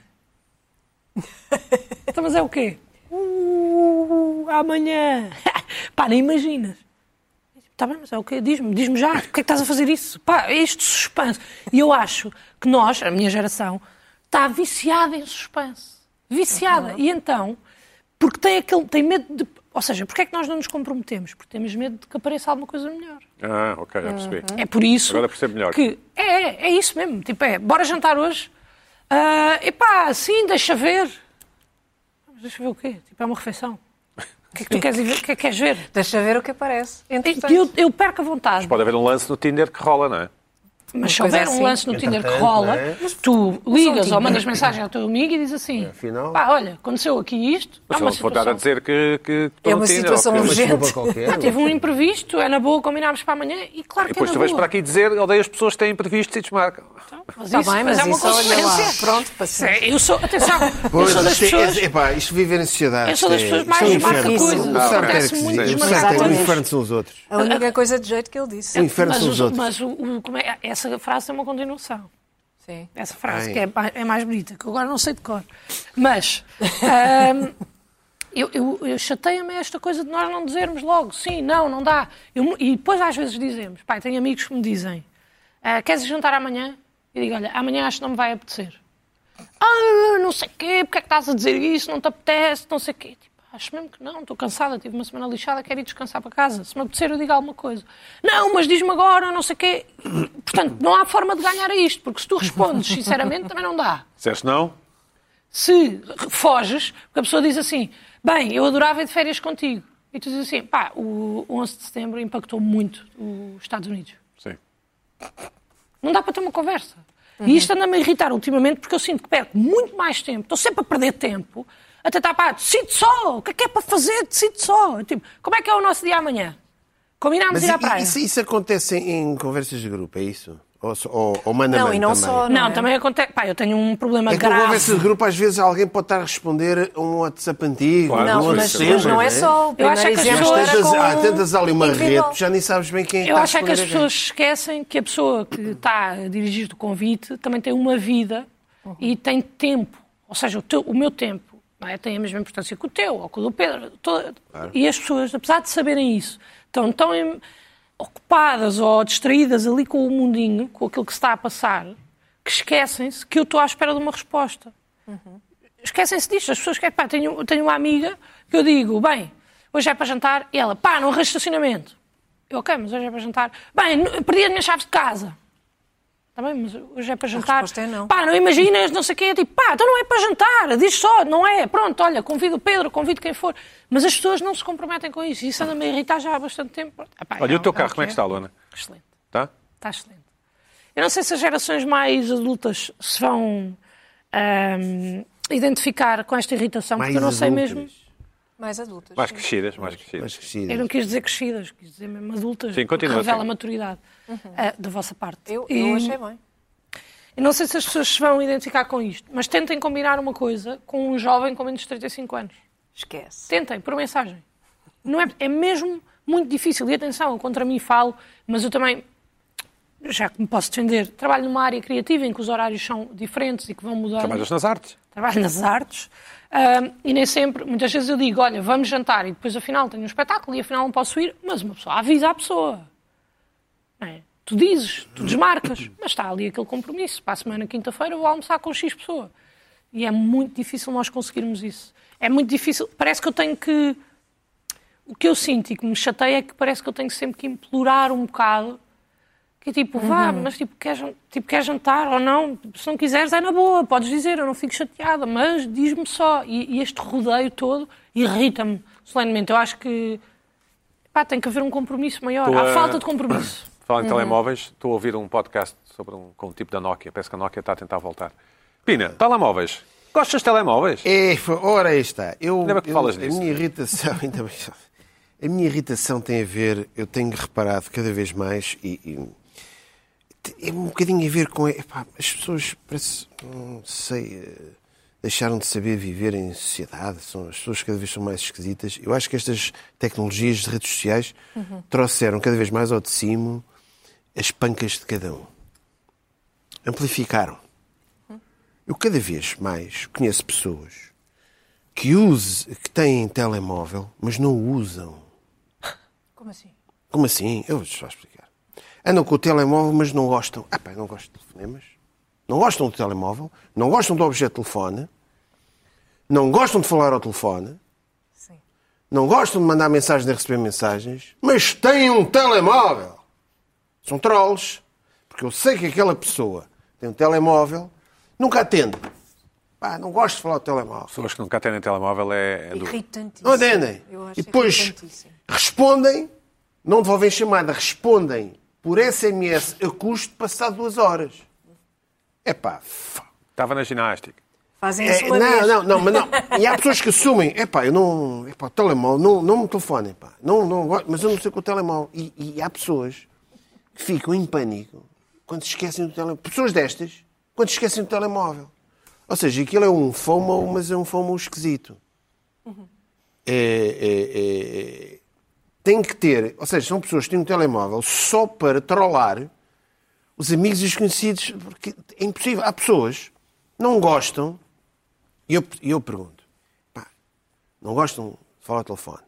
Speaker 4: então, mas é o quê? "Uh, amanhã. Pá, nem imaginas. Está bem, mas é o quê? Diz-me, diz-me já, porque é que estás a fazer isso? Pá, é este suspense. E eu acho que nós, a minha geração, está viciada em suspense. Viciada. E então, porque tem aquele, tem medo de... Ou seja, porque é que nós não nos comprometemos? Porque temos medo de que apareça alguma coisa melhor.
Speaker 6: Ah, ok, já percebi.
Speaker 5: Uhum.
Speaker 4: É por isso
Speaker 6: Agora percebo melhor.
Speaker 4: que é, é, é isso mesmo. Tipo, é, bora jantar hoje. Ah, epá, sim, deixa ver. Mas Deixa ver o quê? Tipo, é uma refeição. O que é que tu queres, ir ver? O que é que queres ver?
Speaker 5: Deixa ver o que aparece. Entretanto,
Speaker 4: E É Eu, eu perco a vontade.
Speaker 6: Pode haver um lance no Tinder que rola,
Speaker 5: Ah,
Speaker 6: não é?
Speaker 4: Mas se
Speaker 5: Uma coisa
Speaker 4: houver um
Speaker 5: assim. um
Speaker 4: lance no Tinder que
Speaker 3: Entretanto,
Speaker 4: rola,
Speaker 3: não é?
Speaker 4: tu ligas
Speaker 5: Tinder.
Speaker 4: ou mandas mensagem ao teu amigo e diz assim:
Speaker 3: Afinal-
Speaker 4: pá, olha, aconteceu aqui isto, há
Speaker 6: Mas
Speaker 4: uma
Speaker 6: vou vou dar a dizer
Speaker 4: situação.
Speaker 6: que, que estou
Speaker 5: É
Speaker 6: no
Speaker 5: uma
Speaker 6: Tinder,
Speaker 5: situação
Speaker 6: ou que-
Speaker 3: Uma
Speaker 5: urgente.
Speaker 3: desculpa qualquer.
Speaker 4: Ah, teve um imprevisto, é na boa, combinámos para amanhã e claro
Speaker 6: E
Speaker 4: que é
Speaker 6: depois
Speaker 4: na
Speaker 6: tu vais
Speaker 4: boa.
Speaker 6: para aqui dizer, odeio as pessoas que têm imprevistos e desmarcam.
Speaker 4: Mas
Speaker 5: Está
Speaker 4: isso-
Speaker 5: Tá bem, mas
Speaker 4: é uma
Speaker 5: isso, olha lá.
Speaker 4: consequência. É,
Speaker 5: Pronto, paciência.
Speaker 4: Eu sou, atenção, eu
Speaker 3: Pois,
Speaker 4: sou das
Speaker 3: isto é-
Speaker 4: pessoas.
Speaker 3: é- epá, isto viver em sociedade.
Speaker 4: Eu sou das
Speaker 3: isto
Speaker 4: pessoas
Speaker 3: é-
Speaker 4: mais
Speaker 3: isto é um
Speaker 5: marca
Speaker 3: inferno.
Speaker 5: coisa.
Speaker 3: O
Speaker 5: Não,
Speaker 3: Sartre
Speaker 4: acontece
Speaker 3: era que se
Speaker 4: muito
Speaker 3: diz,
Speaker 4: nos
Speaker 3: o Sartre era um
Speaker 5: macaquinhos.
Speaker 3: inferno são os outros.
Speaker 5: A única coisa de jeito que ele disse.
Speaker 3: Um inferno
Speaker 4: Mas,
Speaker 3: são os
Speaker 4: o-
Speaker 3: outros.
Speaker 4: mas o, o- como é- essa frase é uma continuação.
Speaker 5: Sim.
Speaker 4: Essa frase
Speaker 3: Ai.
Speaker 4: que é, ma- é mais bonita, que eu agora não sei de cor. Mas ahm, eu, eu, eu chateia-me esta coisa de nós não dizermos logo sim, não, não dá. Eu mu- e depois às vezes dizemos, pai, tenho amigos que me dizem, ah, queres ir jantar amanhã? E digo, olha, amanhã acho que não me vai apetecer. Ah, não sei o quê, porque é que estás a dizer isso, não te apetece, não sei o quê. Tipo, acho mesmo que não, estou cansada, tive uma semana lixada, quero ir descansar para casa. Se me apetecer, eu digo alguma coisa. Não, mas diz-me agora, não sei o quê. Portanto, não há forma de ganhar a isto, porque se tu respondes sinceramente, também não dá.
Speaker 6: Disseste não?
Speaker 4: Se foges, porque a pessoa diz assim, bem, eu adorava ir de férias contigo. E tu dizes assim, pá, o 11 de setembro impactou muito os Estados Unidos.
Speaker 6: Sim.
Speaker 4: Não dá para ter uma conversa. E isto anda-me a irritar ultimamente porque eu sinto que perco muito mais tempo, estou sempre a perder tempo, a tentar, pá, decido só, o que é que é para fazer, decido só. Tipo, como é que é o nosso dia amanhã? Combinámos
Speaker 3: Mas
Speaker 4: ir à
Speaker 3: i-
Speaker 4: praia?
Speaker 3: Isso, isso acontece em, em conversas de grupo, é isso? Ou, só- ou, ou manda
Speaker 5: Não, e não
Speaker 3: também.
Speaker 5: só.
Speaker 4: Não,
Speaker 5: é?
Speaker 4: também acontece. Pá, eu tenho um problema
Speaker 3: É que em
Speaker 4: grave.
Speaker 3: conversas de grupo, às vezes, alguém pode estar a responder a um WhatsApp antigo.
Speaker 6: Claro,
Speaker 3: um
Speaker 5: Não,
Speaker 3: outro
Speaker 5: mas
Speaker 3: sempre,
Speaker 5: não é só. O
Speaker 4: Eu acho
Speaker 5: primeiro
Speaker 4: é que as
Speaker 5: exemplo
Speaker 4: pessoas-
Speaker 5: era
Speaker 3: Tantas,
Speaker 5: com
Speaker 3: há tantas ali uma
Speaker 5: incrível.
Speaker 3: rede, já nem sabes bem quem é que
Speaker 4: Eu
Speaker 3: está a
Speaker 4: acho é que as
Speaker 3: responder a
Speaker 4: pessoas esquecem que a pessoa que está a dirigir o convite também tem uma vida
Speaker 3: Uhum.
Speaker 4: e tem tempo. Ou seja, o, teu- o meu tempo não é? tem a mesma importância que o teu ou que o do Pedro. Toda- E as pessoas, apesar de saberem isso, estão tão em- ocupadas ou distraídas ali com o mundinho, com aquilo que se está a passar, que esquecem-se que eu estou à espera de uma resposta esquecem-se disto. As pessoas que pá, tenho, tenho uma amiga que eu digo, bem, hoje é para jantar, e ela, pá, não arranjo estacionamento. Eu, ok, mas hoje é para jantar. Bem, n- perdi as minhas chaves de casa. Está bem, mas hoje é para jantar.
Speaker 5: resposta é não.
Speaker 4: Pá, não imaginas, não sei o quê. Tipo, pá, então não é para jantar, diz só, não é. Pronto, olha, convido o Pedro, convido quem for. Mas as pessoas não se comprometem com isso. e Isso anda-me a irritar já há bastante tempo. Pronto. Ah, pá,
Speaker 6: Olha, e o teu
Speaker 4: que
Speaker 6: carro, como é que está, Luana? Tá?
Speaker 4: Excelente.
Speaker 6: Está?
Speaker 4: Está excelente. Eu não sei se as gerações mais adultas se vão ahm, identificar com esta irritação,
Speaker 3: Mais
Speaker 4: porque eu não sei
Speaker 3: adultas,
Speaker 4: mesmo.
Speaker 5: Mais adultas.
Speaker 6: Mais crescidas, mais crescidas.
Speaker 3: Mais crescidas.
Speaker 4: Eu não quis dizer crescidas, quis dizer mesmo adultas.
Speaker 6: Sim,
Speaker 4: porque
Speaker 6: continua,
Speaker 4: Revela
Speaker 6: sim.
Speaker 4: a maturidade ah, da vossa parte.
Speaker 5: Uhum. Eu,
Speaker 4: E-
Speaker 5: eu achei bem.
Speaker 4: Eu não sei se as pessoas se vão identificar com isto, mas tentem combinar uma coisa com um jovem com menos de 35 anos.
Speaker 5: Esquece.
Speaker 4: Tentem, por mensagem. Não é, é mesmo muito difícil. E atenção, eu contra mim falo, mas eu também, já que me posso defender, trabalho numa área criativa em que os horários são diferentes e que vão mudar.
Speaker 6: Trabalhas nas artes?
Speaker 4: Trabalho nas artes. ahm, e nem sempre, muitas vezes eu digo, olha, vamos jantar e depois afinal tenho um espetáculo e afinal não posso ir, mas uma pessoa avisa a pessoa. Não é? Tu dizes, tu desmarcas, mas está ali aquele compromisso. Para a semana, quinta-feira, vou almoçar com X pessoa. E é muito difícil nós conseguirmos isso. É muito difícil. Parece que eu tenho que. O que eu sinto e que me chateia é que parece que eu tenho sempre que implorar um bocado. Que é tipo, vá, mas tipo quer, jan- tipo, quer jantar ou não? Se não quiseres, é na boa, podes dizer, eu não fico chateada, mas diz-me só. E, e este rodeio todo irrita-me solenemente. Eu acho que pá, tem que haver um compromisso maior.
Speaker 6: Tua-
Speaker 4: Há falta de compromisso.
Speaker 2: Falando
Speaker 5: Uhum.
Speaker 2: em telemóveis, estou a ouvir um podcast sobre um, com um tipo da Nokia. Parece que a Nokia está a tentar voltar. Pina, telemóveis. Gostas de telemóveis?
Speaker 3: É, foi- ora aí está. Eu,
Speaker 2: Ainda bem que
Speaker 3: eu-
Speaker 2: falas
Speaker 3: a
Speaker 2: disso. é?
Speaker 3: minha irritação, ainda bem. A minha irritação tem a ver, eu tenho reparado cada vez mais e, e- é um bocadinho a ver com epá, as pessoas parece, não sei, eh, deixaram de saber viver em sociedade, são, as pessoas cada vez são mais esquisitas. Eu acho que estas tecnologias de redes sociais trouxeram cada vez mais ao de cima as pancas de cada um. Amplificaram. Eu cada vez mais conheço pessoas que, use, que têm telemóvel, mas não o usam.
Speaker 5: Como assim?
Speaker 3: Como assim? Eu vou só explicar. Andam com o telemóvel, mas não gostam. Ah, pá, eu não gosto de telefonemas. Não gostam do telemóvel, não gostam do objeto de telefone, não gostam de falar ao telefone,
Speaker 5: Sim.
Speaker 3: não gostam de mandar mensagens nem receber mensagens, mas têm um telemóvel. São trolls. Porque eu sei que aquela pessoa tem um telemóvel, nunca atende. Pá, não gosto de falar ao telemóvel.
Speaker 2: Pessoas que nunca atendem telemóvel é, é duro.
Speaker 5: Irritantíssimo.
Speaker 3: Não atendem.
Speaker 5: Eu
Speaker 3: Oh,
Speaker 5: acho é
Speaker 3: E depois
Speaker 5: irritantíssimo.
Speaker 3: respondem, não devolvem chamada, respondem por SMS a custo passado duas horas. Epá, f-
Speaker 2: Estava na ginástica.
Speaker 5: Fazem
Speaker 3: é
Speaker 5: isso uma
Speaker 3: pá. Não,
Speaker 5: vez.
Speaker 3: não, não, mas não. E há pessoas que assumem, é pá, eu não. É pá, telemóvel, não, não me telefonem, pá. Não, não gosto, mas eu não sei com o telemóvel. E, e há pessoas que ficam em pânico quando se esquecem do telemóvel. Pessoas destas, quando se esquecem do telemóvel. Ou seja, aquilo é um FOMO, mas é um FOMO esquisito. É- é- é- tem que ter, ou seja, são pessoas que têm um telemóvel só para trollar os amigos e os conhecidos, porque é impossível. Há pessoas que não gostam, e eu, e eu pergunto, pá, não gostam de falar ao telefone,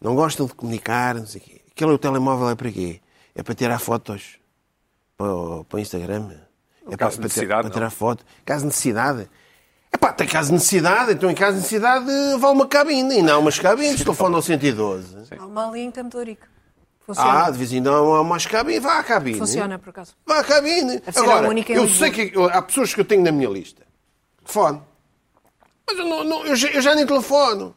Speaker 3: não gostam de comunicar, não sei o quê. Aquele o telemóvel é para quê? É para tirar fotos para, o- para o Instagram? É
Speaker 2: caso de
Speaker 3: para, tirar-
Speaker 2: necessidade,
Speaker 3: para
Speaker 2: não?
Speaker 3: tirar foto? Caso de necessidade? É pá, tem caso de necessidade, então em caso de necessidade vá uma cabine, e não umas cabines, telefone ao 112.
Speaker 5: Há uma ali em Campo de Ourique. Funciona.
Speaker 3: Ah, de vez em quando há umas cabines, vá à cabine.
Speaker 5: Funciona, por acaso.
Speaker 3: Vá à cabine.
Speaker 5: Deve ser a
Speaker 3: né? Agora,
Speaker 5: única é um em
Speaker 3: eu
Speaker 5: Lisboa.
Speaker 3: sei que eu- há pessoas que eu tenho na minha lista. Telefone. Mas eu, não- não- eu já, eu já nem telefono.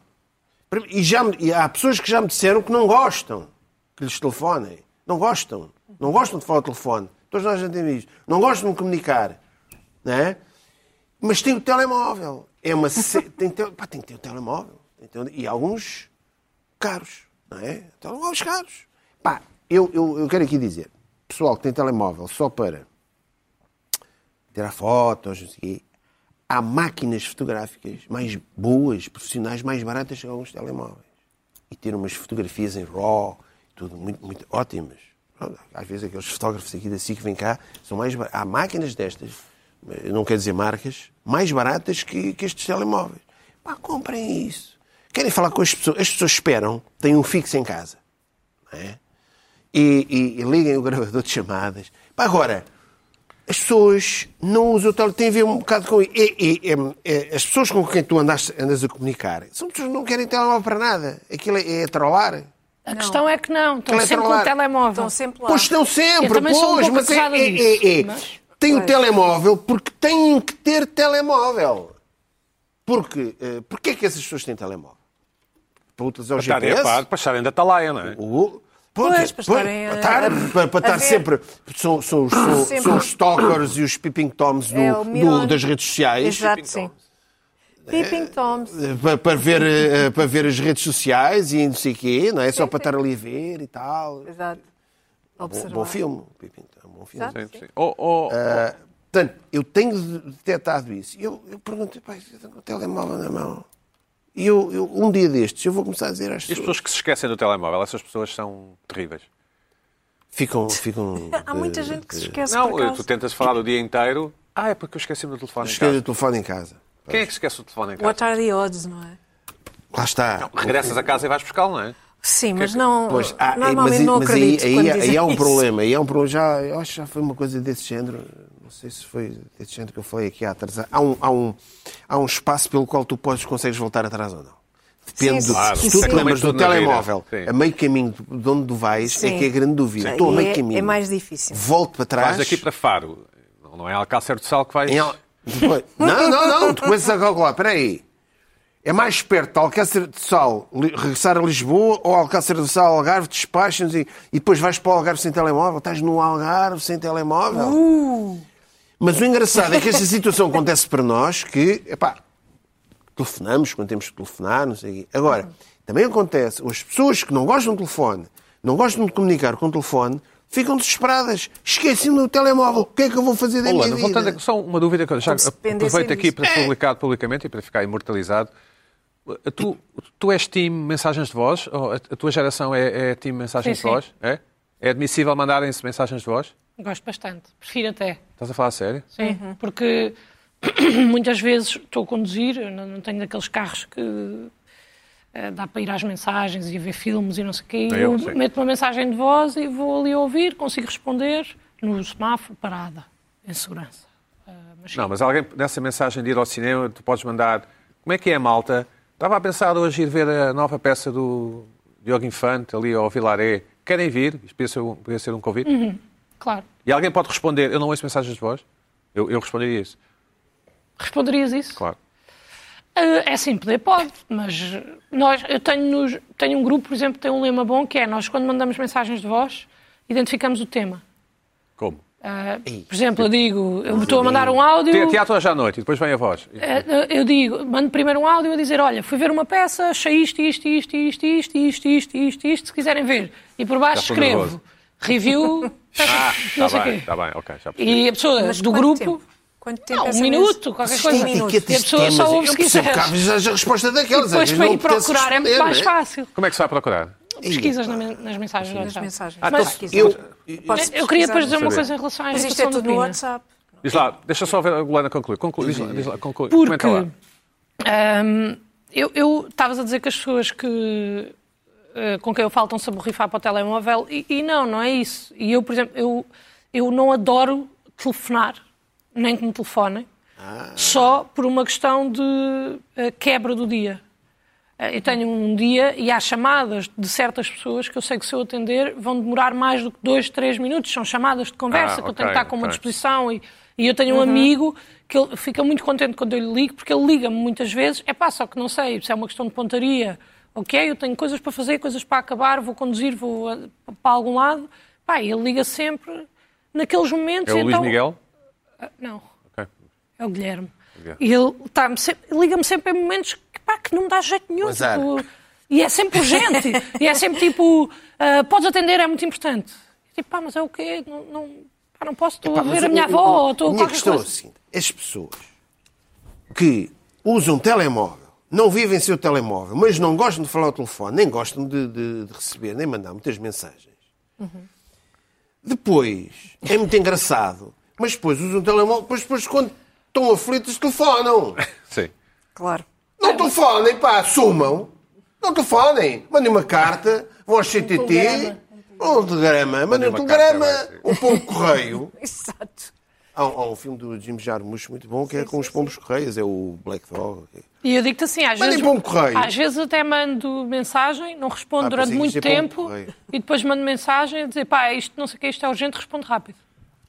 Speaker 3: E, já me- e há pessoas que já me disseram que não gostam que lhes telefonem. Não gostam. Não gostam de falar ao telefone. Todos nós já temos isto. Não gostam de me comunicar. Não é? Mas tem o telemóvel. É uma se- tem, que ter... pá, tem que ter o telemóvel. Tem que ter- um, E alguns caros, não é? Telemóveis caros. Pá, eu, eu, eu quero aqui dizer, pessoal que tem telemóvel só para tirar fotos, não sei o quê, há máquinas fotográficas mais boas, profissionais, mais baratas que alguns telemóveis. E ter umas fotografias em RAW, tudo muito, muito ótimas. Pronto, Às vezes aqueles fotógrafos aqui da SIC vêm cá, são mais bar- há máquinas destas, eu não quero dizer marcas, mais baratas que, que estes telemóveis. Pá, comprem isso. Querem falar com as pessoas, as pessoas esperam, têm um fixo em casa. Não é? e, e- e liguem o gravador de chamadas. Pá, agora, as pessoas não usam o telemóvel. Tem a ver um bocado com. E, e- e- e- as pessoas com quem tu andas, andas a comunicar são pessoas que não querem telemóvel para nada. Aquilo é, é trollar.
Speaker 4: A questão é que não. Estão
Speaker 3: Aquilo é
Speaker 4: sempre com o
Speaker 3: celular.
Speaker 4: telemóvel.
Speaker 5: Estão sempre lá.
Speaker 3: Ah. Pois tá. estão sempre,
Speaker 4: Eu também
Speaker 3: pois,
Speaker 4: sou um pouco
Speaker 3: mas é,
Speaker 4: acusada
Speaker 3: é,
Speaker 4: disso,
Speaker 3: é, é.
Speaker 4: mas-
Speaker 3: Tem o
Speaker 5: Pois.
Speaker 3: telemóvel porque têm que ter telemóvel. Porque, eh, porquê é que essas pessoas têm telemóvel? Para utilizar o
Speaker 2: Estarem a
Speaker 3: GPS?
Speaker 2: par, para estarem da talaia, não é?
Speaker 3: O-
Speaker 5: Pois, para
Speaker 3: Pois,
Speaker 5: estarem a-
Speaker 3: para estar-
Speaker 5: a-
Speaker 3: para- para
Speaker 5: a
Speaker 3: estar
Speaker 5: ver.
Speaker 3: sempre. São, são os, são-
Speaker 5: Sempre.
Speaker 3: são os stalkers e os peeping toms do-
Speaker 5: É, o
Speaker 3: do-
Speaker 5: Milan.
Speaker 3: das redes sociais.
Speaker 5: Exato, sim. Peeping Toms.
Speaker 3: eh, Para, para ver, eh, para ver as redes sociais e não sei o quê, não é? Só para estar ali a ver e tal.
Speaker 5: Exato.
Speaker 3: Bom,
Speaker 5: Observar.
Speaker 3: bom filme. Peeping Tom, bom filme.
Speaker 5: Exato.
Speaker 2: Sim, sim. Ou- ou-
Speaker 3: Ah, Portanto, eu tenho de- detectado isso. Eu, eu pergunto, pai, eu tenho um telemóvel na mão. E eu, eu, um dia destes, eu vou começar a dizer às
Speaker 2: E as
Speaker 3: pessoas.
Speaker 2: pessoas que se esquecem do telemóvel, essas pessoas são terríveis.
Speaker 3: Ficam. ficam eh,
Speaker 5: Há muita gente que se esquece
Speaker 2: Não,
Speaker 5: por acaso.
Speaker 2: tu tentas falar o dia inteiro. Ah, é porque eu esqueci-me do telefone em
Speaker 3: Esquece
Speaker 2: casa.
Speaker 3: o telefone em casa.
Speaker 2: Quem é que esquece o telefone em casa?
Speaker 5: What are the odds, não é?
Speaker 3: Lá está.
Speaker 2: Regressas a casa e vais buscá-lo, não é?
Speaker 5: Sim, mas não.
Speaker 3: Pois, há-
Speaker 5: normalmente
Speaker 3: mas,
Speaker 5: não
Speaker 3: mas aí,
Speaker 5: acredito.
Speaker 3: aí,
Speaker 5: quando
Speaker 3: aí
Speaker 5: dizem
Speaker 3: há um
Speaker 5: isso.
Speaker 3: problema, aí há um problema. Já, eu acho que já foi uma coisa desse género. Não sei se foi desse género que eu falei aqui há três anos. Há um, há um, há um espaço pelo qual tu podes, consegues voltar atrás ou não. Depende
Speaker 5: Sim,
Speaker 3: do,
Speaker 5: claro,
Speaker 3: se
Speaker 5: sim.
Speaker 3: tu te lembras do
Speaker 2: Tudo na vida.
Speaker 3: telemóvel,
Speaker 2: Sim.
Speaker 3: a meio caminho de onde tu vais, é
Speaker 5: Sim.
Speaker 3: que é a grande dúvida. Estou a meio
Speaker 5: É-
Speaker 3: caminho.
Speaker 5: é mais difícil.
Speaker 3: Volto para
Speaker 2: Vais
Speaker 3: trás.
Speaker 2: daqui para Faro. Não não é Alcácer do Sal que vais...
Speaker 3: Em al- Depois- Não, não, não, tu começas a calcular, espera aí. É mais esperto de Alcácer de Sal li- regressar a Lisboa ou Alcácer de Sal, Algarve, despachas e, e depois vais para o Algarve sem telemóvel? Estás no Algarve sem telemóvel?
Speaker 2: Uh!
Speaker 3: Mas o engraçado é que esta situação acontece para nós que, epá, telefonamos quando temos que telefonar, não sei o quê. Agora, também acontece, as pessoas que não gostam de telefone, não gostam de comunicar com o telefone, ficam desesperadas, esquecendo o telemóvel. O que é que eu vou fazer da
Speaker 2: Holanda,
Speaker 3: minha vida?
Speaker 2: voltando a só uma dúvida que eu já
Speaker 5: Como se dependessem
Speaker 2: aproveito aqui
Speaker 5: disso.
Speaker 2: para publicar publicamente e para ficar imortalizado. Eh, Tu, tu és time mensagens de voz? Ou a, a tua geração é, é time mensagens
Speaker 4: Sim,
Speaker 2: de voz? É? É admissível mandarem-se mensagens de voz?
Speaker 4: Gosto bastante. Prefiro até.
Speaker 2: Estás a falar a sério?
Speaker 4: Sim. Porque muitas vezes estou a conduzir, eu não não tenho daqueles carros que eh, dá para ir às mensagens e ver filmes e não sei o quê.
Speaker 2: É,
Speaker 4: eu
Speaker 2: eu sei.
Speaker 4: meto uma mensagem de voz e vou ali ouvir, consigo responder no semáforo, parada, em segurança. Ah, mas
Speaker 2: Não, mas alguém nessa mensagem de ir ao cinema, tu podes mandar. Como é que é, malta? Estava a pensar hoje ir ver a nova peça do Diogo Infante ali ao Vilaré. Querem vir? Isto podia ser um, podia ser um convite.
Speaker 4: Claro.
Speaker 2: E alguém pode responder: Eu não ouço mensagens de voz? Eu, eu responderia isso,
Speaker 4: Responderias isso?
Speaker 2: claro.
Speaker 4: Ah, É sim, poder pode, mas nós, eu tenho, nos- tenho um grupo, por exemplo, que tem um lema bom que é nós quando mandamos mensagens de voz identificamos o tema.
Speaker 2: Como?
Speaker 4: Ah, por exemplo, eu digo, eu estou a mandar um áudio.
Speaker 2: Te- Teatro hoje à noite e depois vem a voz.
Speaker 4: Eh, Eu digo, mando primeiro um áudio a dizer: olha, fui ver uma peça, achei isto, isto, isto, isto, isto, isto, isto, isto, isto, se quiserem ver. E por baixo
Speaker 2: estou
Speaker 4: escrevo
Speaker 2: nervoso.
Speaker 4: review, tá
Speaker 2: Está
Speaker 4: não sei o
Speaker 2: Ah, tá bem,
Speaker 4: quê.
Speaker 2: está bem, ok, já percebi.
Speaker 4: E a pessoa
Speaker 5: Mas
Speaker 4: do
Speaker 5: quanto
Speaker 4: grupo,
Speaker 5: tempo? Quanto tempo
Speaker 4: Não,
Speaker 5: essa
Speaker 4: um
Speaker 5: mensagem?
Speaker 4: minuto, qualquer coisa.
Speaker 5: Sim, minutos.
Speaker 4: E a pessoa só ouve se
Speaker 3: eu percebo
Speaker 4: quiser.
Speaker 3: que há vezes haja a resposta
Speaker 4: E
Speaker 3: daquelas. às
Speaker 4: depois
Speaker 3: vezes
Speaker 4: para
Speaker 3: não
Speaker 4: ir
Speaker 3: apetece
Speaker 4: procurar é muito
Speaker 3: responder,
Speaker 4: mais
Speaker 3: não é?
Speaker 4: fácil.
Speaker 2: Como é que se vai procurar?
Speaker 4: Pesquisas na men- nas mensagens do
Speaker 5: Nas
Speaker 4: WhatsApp.
Speaker 5: mensagens.
Speaker 2: Ah, então,
Speaker 5: Pode pesquisar.
Speaker 4: Eu,
Speaker 5: Pode
Speaker 4: eu queria depois
Speaker 5: pesquisar.
Speaker 4: dizer uma
Speaker 2: Saber.
Speaker 4: coisa em relação à
Speaker 5: Mas isto é
Speaker 4: irritação do
Speaker 5: tudo no
Speaker 4: Pina.
Speaker 5: WhatsApp.
Speaker 2: Diz lá, deixa só ver a Golana concluir. Conclui, diz lá, diz lá, conclui.
Speaker 4: Porque
Speaker 2: Comenta lá.
Speaker 4: hum, eu- eu estavas a dizer que as pessoas que eh, com quem eu falo estão-se a borrifar para o telemóvel e, e não, não é isso. E eu, por exemplo, eu, eu não adoro telefonar, nem que me telefonem,
Speaker 2: Ah.
Speaker 4: só por uma questão de eh, quebra do dia. Eh, Eu tenho um dia e há chamadas de certas pessoas que eu sei que se eu atender vão demorar mais do que dois, três minutos. São chamadas de conversa que eu tenho que
Speaker 2: Ah, ok,
Speaker 4: estar com uma
Speaker 2: ok.
Speaker 4: disposição. E, e eu tenho um amigo que ele fica muito contente quando eu lhe ligo, porque ele liga-me muitas vezes. É pá, só que não sei se é uma questão de pontaria. Ok, eu tenho coisas para fazer, coisas para acabar, vou conduzir, vou ah, para algum lado. Pá, ele liga sempre naqueles momentos.
Speaker 2: É o
Speaker 4: então... eh,
Speaker 2: Luís Miguel?
Speaker 4: Não.
Speaker 2: Ok.
Speaker 4: É o Guilherme.
Speaker 2: Guilherme.
Speaker 4: E ele tá-me sempre- liga-me sempre em momentos que, pá, que não me dá jeito nenhum.
Speaker 3: Azar.
Speaker 4: tipo, e é sempre urgente. e é sempre tipo, ah, podes atender, é muito importante. Tipo, pá, mas é o quê? Não, não, pá, não posso, estou a
Speaker 3: Pá, mas
Speaker 4: ver a
Speaker 3: o-
Speaker 4: minha
Speaker 3: o-
Speaker 4: avó,
Speaker 3: o-
Speaker 4: ou estou
Speaker 3: A
Speaker 4: a
Speaker 3: minha
Speaker 4: qualquer
Speaker 3: questão é a
Speaker 4: coisa.
Speaker 3: seguinte: as pessoas que usam telemóvel, não vivem sem o telemóvel, mas não gostam de falar ao telefone, nem gostam de, de- de receber, nem mandar muitas mensagens.
Speaker 4: Uhum.
Speaker 3: Depois, é muito engraçado, mas depois usam o telemóvel, depois, depois quando estão aflitos, telefonam.
Speaker 2: Sim.
Speaker 5: Claro.
Speaker 3: Não telefonem, pá, sumam. Não telefonem. Mandem uma carta, vão ao CTT, um telegrama, mandem um
Speaker 2: uma carta,
Speaker 3: telegrama, um pombo correio.
Speaker 5: Exato.
Speaker 3: Há, um- há um filme do Jim Jarmusch muito bom que é com os pombos correios, é o Black Dog.
Speaker 4: E eu digo-te assim, às
Speaker 3: Mandem
Speaker 4: vezes,
Speaker 3: para um correio.
Speaker 4: às vezes até mando mensagem, não respondo
Speaker 3: Ah,
Speaker 4: durante
Speaker 3: pensei que
Speaker 4: muito
Speaker 3: isto ia para um
Speaker 4: tempo,
Speaker 3: correio.
Speaker 4: e depois mando mensagem a dizer, pá, isto não sei o que, isto é urgente, respondo rápido.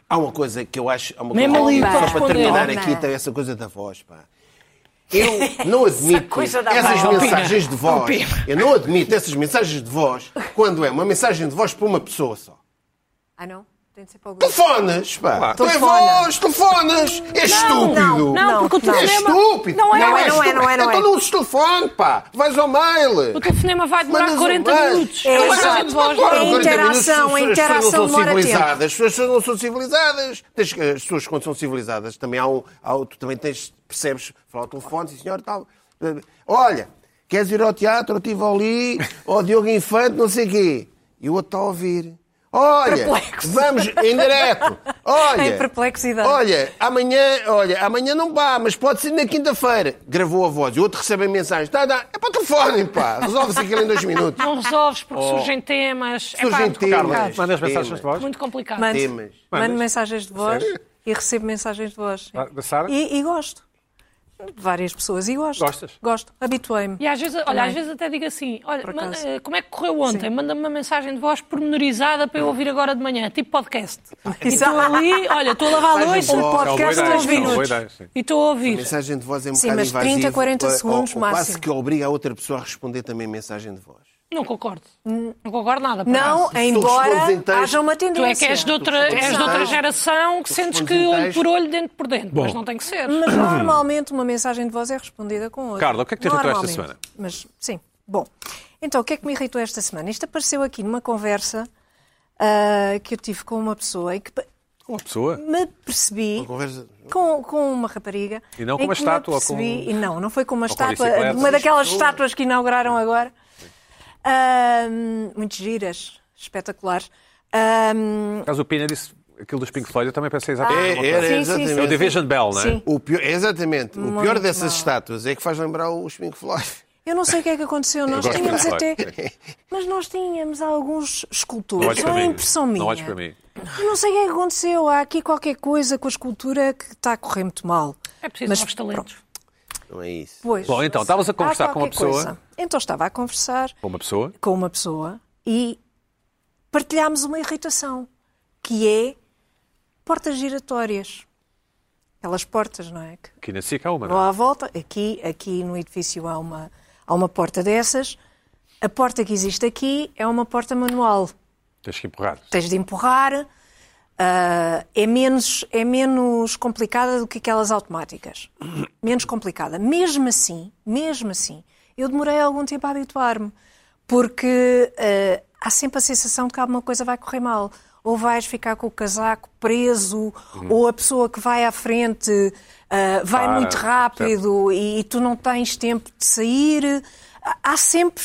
Speaker 3: Há uma coisa que eu acho. Há uma
Speaker 4: Mesmo
Speaker 3: coisa,
Speaker 4: ali
Speaker 3: só
Speaker 4: para
Speaker 3: para
Speaker 4: responder.
Speaker 3: terminar
Speaker 5: Não.
Speaker 3: aqui, tem essa coisa da voz, pá. Eu não admito
Speaker 5: coisa da
Speaker 3: essas
Speaker 5: voz.
Speaker 3: mensagens de voz.
Speaker 4: Opina.
Speaker 3: Eu não admito essas mensagens de voz quando é uma mensagem de voz para uma pessoa só.
Speaker 5: Ah, não? Tem de ser para o grupo.
Speaker 3: Telefonas, pá. Tu é
Speaker 5: Telefona.
Speaker 3: voz, telefonas. É estúpido.
Speaker 5: não,
Speaker 4: Não,
Speaker 5: Não,
Speaker 4: porque o
Speaker 5: não.
Speaker 3: É
Speaker 4: telefonema...
Speaker 3: estúpido.
Speaker 4: Não é,
Speaker 5: Não é, não é,
Speaker 3: estúpido.
Speaker 5: não é, não é.
Speaker 3: Então não uses telefone, pá. Vais ao mail.
Speaker 4: O telefonema vai demorar
Speaker 3: um
Speaker 4: 40 minutos.
Speaker 5: É,
Speaker 4: Uma
Speaker 5: exato.
Speaker 4: mensagem de voz,
Speaker 5: É
Speaker 4: demora 40
Speaker 5: interação, a interação
Speaker 3: As pessoas não são
Speaker 5: demora tempo.
Speaker 3: civilizadas. As pessoas não são civilizadas. Tens- As pessoas quando são civilizadas também há um... há outro- também tens, percebes, falar ao telefone, sim senhor, tal. Olha, queres ir ao teatro? Eu estive ali, ao Diogo Infante, não sei quê. E o outro está a ouvir. Olha,
Speaker 5: Perplexo.
Speaker 3: vamos em direto. Olha,
Speaker 5: Em perplexidade.
Speaker 3: Olha, amanhã, olha, amanhã não vá, mas pode ser na quinta-feira. Gravou a voz. E o outro recebe a mensagem. Tá, tá, é para o telefone, pá. Resolve-se aquilo em dois minutos.
Speaker 4: Não resolves
Speaker 6: Oh.
Speaker 4: porque surgem temas. é pá,
Speaker 3: Surgem
Speaker 4: muito complicado.
Speaker 3: temas.
Speaker 2: Manda as mensagens de voz.
Speaker 4: Muito complicado.
Speaker 5: Mando,
Speaker 3: Temas.
Speaker 5: mando mensagens de voz e recebo mensagens de voz.
Speaker 2: Ah, da Sara?
Speaker 5: E, e gosto. várias pessoas e gosto.
Speaker 2: Gostas?
Speaker 5: Gosto. Habituei-me.
Speaker 4: E às vezes, olha,
Speaker 5: Também.
Speaker 4: às vezes até digo assim: olha,
Speaker 5: Por
Speaker 4: ma-
Speaker 5: acaso.
Speaker 4: eh, como é que correu ontem? Manda-me uma mensagem de voz pormenorizada para eu ouvir agora de manhã, tipo podcast. E
Speaker 5: Isso.
Speaker 4: estou ali, olha, estou a lavar a
Speaker 3: Faz um
Speaker 4: louça,
Speaker 3: bom.
Speaker 5: Um podcast
Speaker 2: É
Speaker 5: de
Speaker 2: uma boa
Speaker 5: dois
Speaker 2: ideia, é uma boa
Speaker 5: minutos.
Speaker 2: ideia, sim.
Speaker 4: e estou a ouvir.
Speaker 3: Mensagem de voz é um
Speaker 5: Sim,
Speaker 3: bocado
Speaker 5: mas 30,
Speaker 3: invasivo,
Speaker 5: 40
Speaker 3: ou-
Speaker 5: segundos
Speaker 3: ou,
Speaker 5: máximo.
Speaker 3: Quase que obriga a outra pessoa a responder também mensagem de voz.
Speaker 4: Não concordo. Não concordo nada. por acaso.
Speaker 5: Não,
Speaker 3: respondes
Speaker 5: embora
Speaker 3: em texto,
Speaker 5: haja uma
Speaker 4: Tu é
Speaker 5: tendência.
Speaker 4: que és de outra,
Speaker 3: Tu
Speaker 4: és de outra
Speaker 3: respondes-
Speaker 4: geração que
Speaker 3: tu
Speaker 4: sentes que
Speaker 3: respondes em
Speaker 4: olho
Speaker 3: texto.
Speaker 4: por olho, dente por dente. Mas não tem que ser.
Speaker 5: Mas normalmente uma mensagem de voz é respondida com outra.
Speaker 2: Carla, o que é que te irritou esta
Speaker 5: Normalmente.
Speaker 2: semana?
Speaker 5: Mas, sim. Bom, então o que é que me irritou esta semana? Isto apareceu aqui numa conversa ah, que eu tive com uma pessoa e que pa-
Speaker 2: Uma pessoa.
Speaker 5: me percebi
Speaker 3: Conversa-
Speaker 5: com, com uma rapariga.
Speaker 2: E não com
Speaker 5: em
Speaker 2: uma
Speaker 5: que me
Speaker 2: estátua, ou com-
Speaker 5: Percebi, E não, não foi com uma
Speaker 2: com
Speaker 5: estátua,
Speaker 2: bicicletas.
Speaker 5: uma daquelas estátuas que inauguraram agora. Ahm, muito giras, espetaculares. Ahm,
Speaker 2: Por acaso o Pina disse aquilo dos Pink Floyd, eu também pensei exatamente a
Speaker 3: É,
Speaker 2: mesma
Speaker 3: era
Speaker 2: coisa.
Speaker 5: sim,
Speaker 3: exatamente.
Speaker 5: sim,
Speaker 2: É o Division Bell, não é?
Speaker 5: sim.
Speaker 3: O pior, exatamente. o pior
Speaker 5: Muito
Speaker 3: dessas
Speaker 5: mal.
Speaker 3: estátuas é que faz lembrar os Pink Floyd.
Speaker 5: Eu não sei o que é que aconteceu. Nós
Speaker 2: gosto
Speaker 5: tínhamos
Speaker 2: muito,
Speaker 5: até.
Speaker 2: claro.
Speaker 5: Mas nós tínhamos alguns
Speaker 2: Não
Speaker 5: escultores.
Speaker 2: olhes
Speaker 5: Não
Speaker 2: para
Speaker 5: é
Speaker 2: mim.
Speaker 5: impressão minha.
Speaker 2: Não olhes para mim.
Speaker 5: Eu não sei o que é que aconteceu. Há aqui qualquer coisa com a escultura que está a correr muito mal.
Speaker 4: É preciso
Speaker 5: Mas
Speaker 4: novos talentos.
Speaker 3: Não é isso.
Speaker 5: Pois,
Speaker 2: Bom, então,
Speaker 5: não sei.
Speaker 2: estavas a
Speaker 5: Há
Speaker 2: conversar com uma
Speaker 5: qualquer
Speaker 2: pessoa.
Speaker 5: coisa. Então estava a conversar
Speaker 2: Com uma pessoa.
Speaker 5: com uma pessoa e partilhámos uma irritação, que é portas giratórias. Aquelas portas, não é? Que
Speaker 2: Aqui na SIC há uma, não é?
Speaker 5: Vou à volta, aqui, aqui no edifício há uma, há uma porta dessas. A porta que existe aqui é uma porta manual.
Speaker 2: Tens que empurrar.
Speaker 5: Tens de empurrar, ah, é, menos, é menos complicada do que aquelas automáticas. Menos complicada. Mesmo assim, mesmo assim, eu demorei algum tempo a habituar-me, porque ah, há sempre a sensação de que alguma coisa vai correr mal. Ou vais ficar com o casaco preso, ou a pessoa que vai à frente ah, vai
Speaker 2: Para,
Speaker 5: muito rápido e, e tu não tens tempo de sair. Há- Há sempre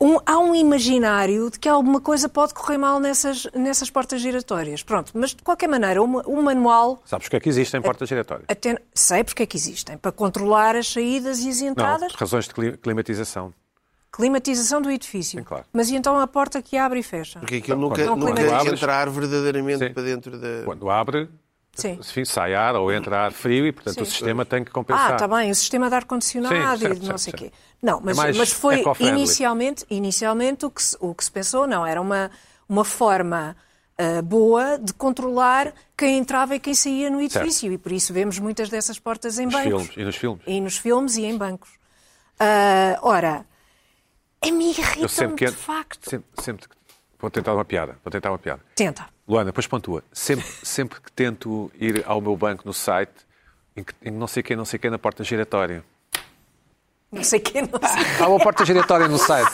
Speaker 5: um, há um imaginário de que alguma coisa pode correr mal nessas, nessas portas giratórias. Pronto, mas de qualquer maneira, o, ma- o manual
Speaker 2: Sabes o que é que existem portas giratórias?
Speaker 5: até sei porque é que existem, para controlar as saídas e as
Speaker 2: Não,
Speaker 5: entradas,
Speaker 2: por razões de cli- climatização.
Speaker 5: climatização do edifício.
Speaker 2: Sim, claro.
Speaker 5: Mas e então a porta que abre e fecha?
Speaker 3: Porque aquilo nunca,
Speaker 5: quando-
Speaker 3: nunca
Speaker 5: quando
Speaker 2: abres-
Speaker 3: entrar verdadeiramente
Speaker 2: Sim.
Speaker 3: para dentro da.
Speaker 2: Quando abre,
Speaker 5: Sim.
Speaker 2: enfim, sai ar ou entra ar frio e, portanto, o sistema tem que compensar.
Speaker 5: Ah, está bem, o sistema de
Speaker 2: Sim,
Speaker 5: ar-condicionado
Speaker 2: certo,
Speaker 5: e de não
Speaker 2: certo,
Speaker 5: sei o quê.
Speaker 2: certo. É
Speaker 5: Não, mas,
Speaker 2: mais
Speaker 5: mas foi
Speaker 2: eco-friendly.
Speaker 5: inicialmente, inicialmente o, que se, o que se pensou, não, era uma, uma forma ah, boa de controlar quem entrava e quem saía no edifício. E por isso vemos muitas dessas portas em
Speaker 2: Nos
Speaker 5: bancos.
Speaker 2: filmes. E nos filmes.
Speaker 5: E nos filmes e em bancos. Ah, ora, a mim
Speaker 2: Eu sempre
Speaker 5: irritam-me
Speaker 2: que
Speaker 5: Então, de facto.
Speaker 2: Sempre, sempre que- Vou tentar uma piada. Vou tentar uma piada.
Speaker 5: Tenta.
Speaker 2: Luana, depois pontua. Sempre, sempre que tento ir ao meu banco no site, em, que, em não sei quem, não sei quem, na porta giratória.
Speaker 5: Não sei quem, não sei.
Speaker 2: Há uma porta giratória no site.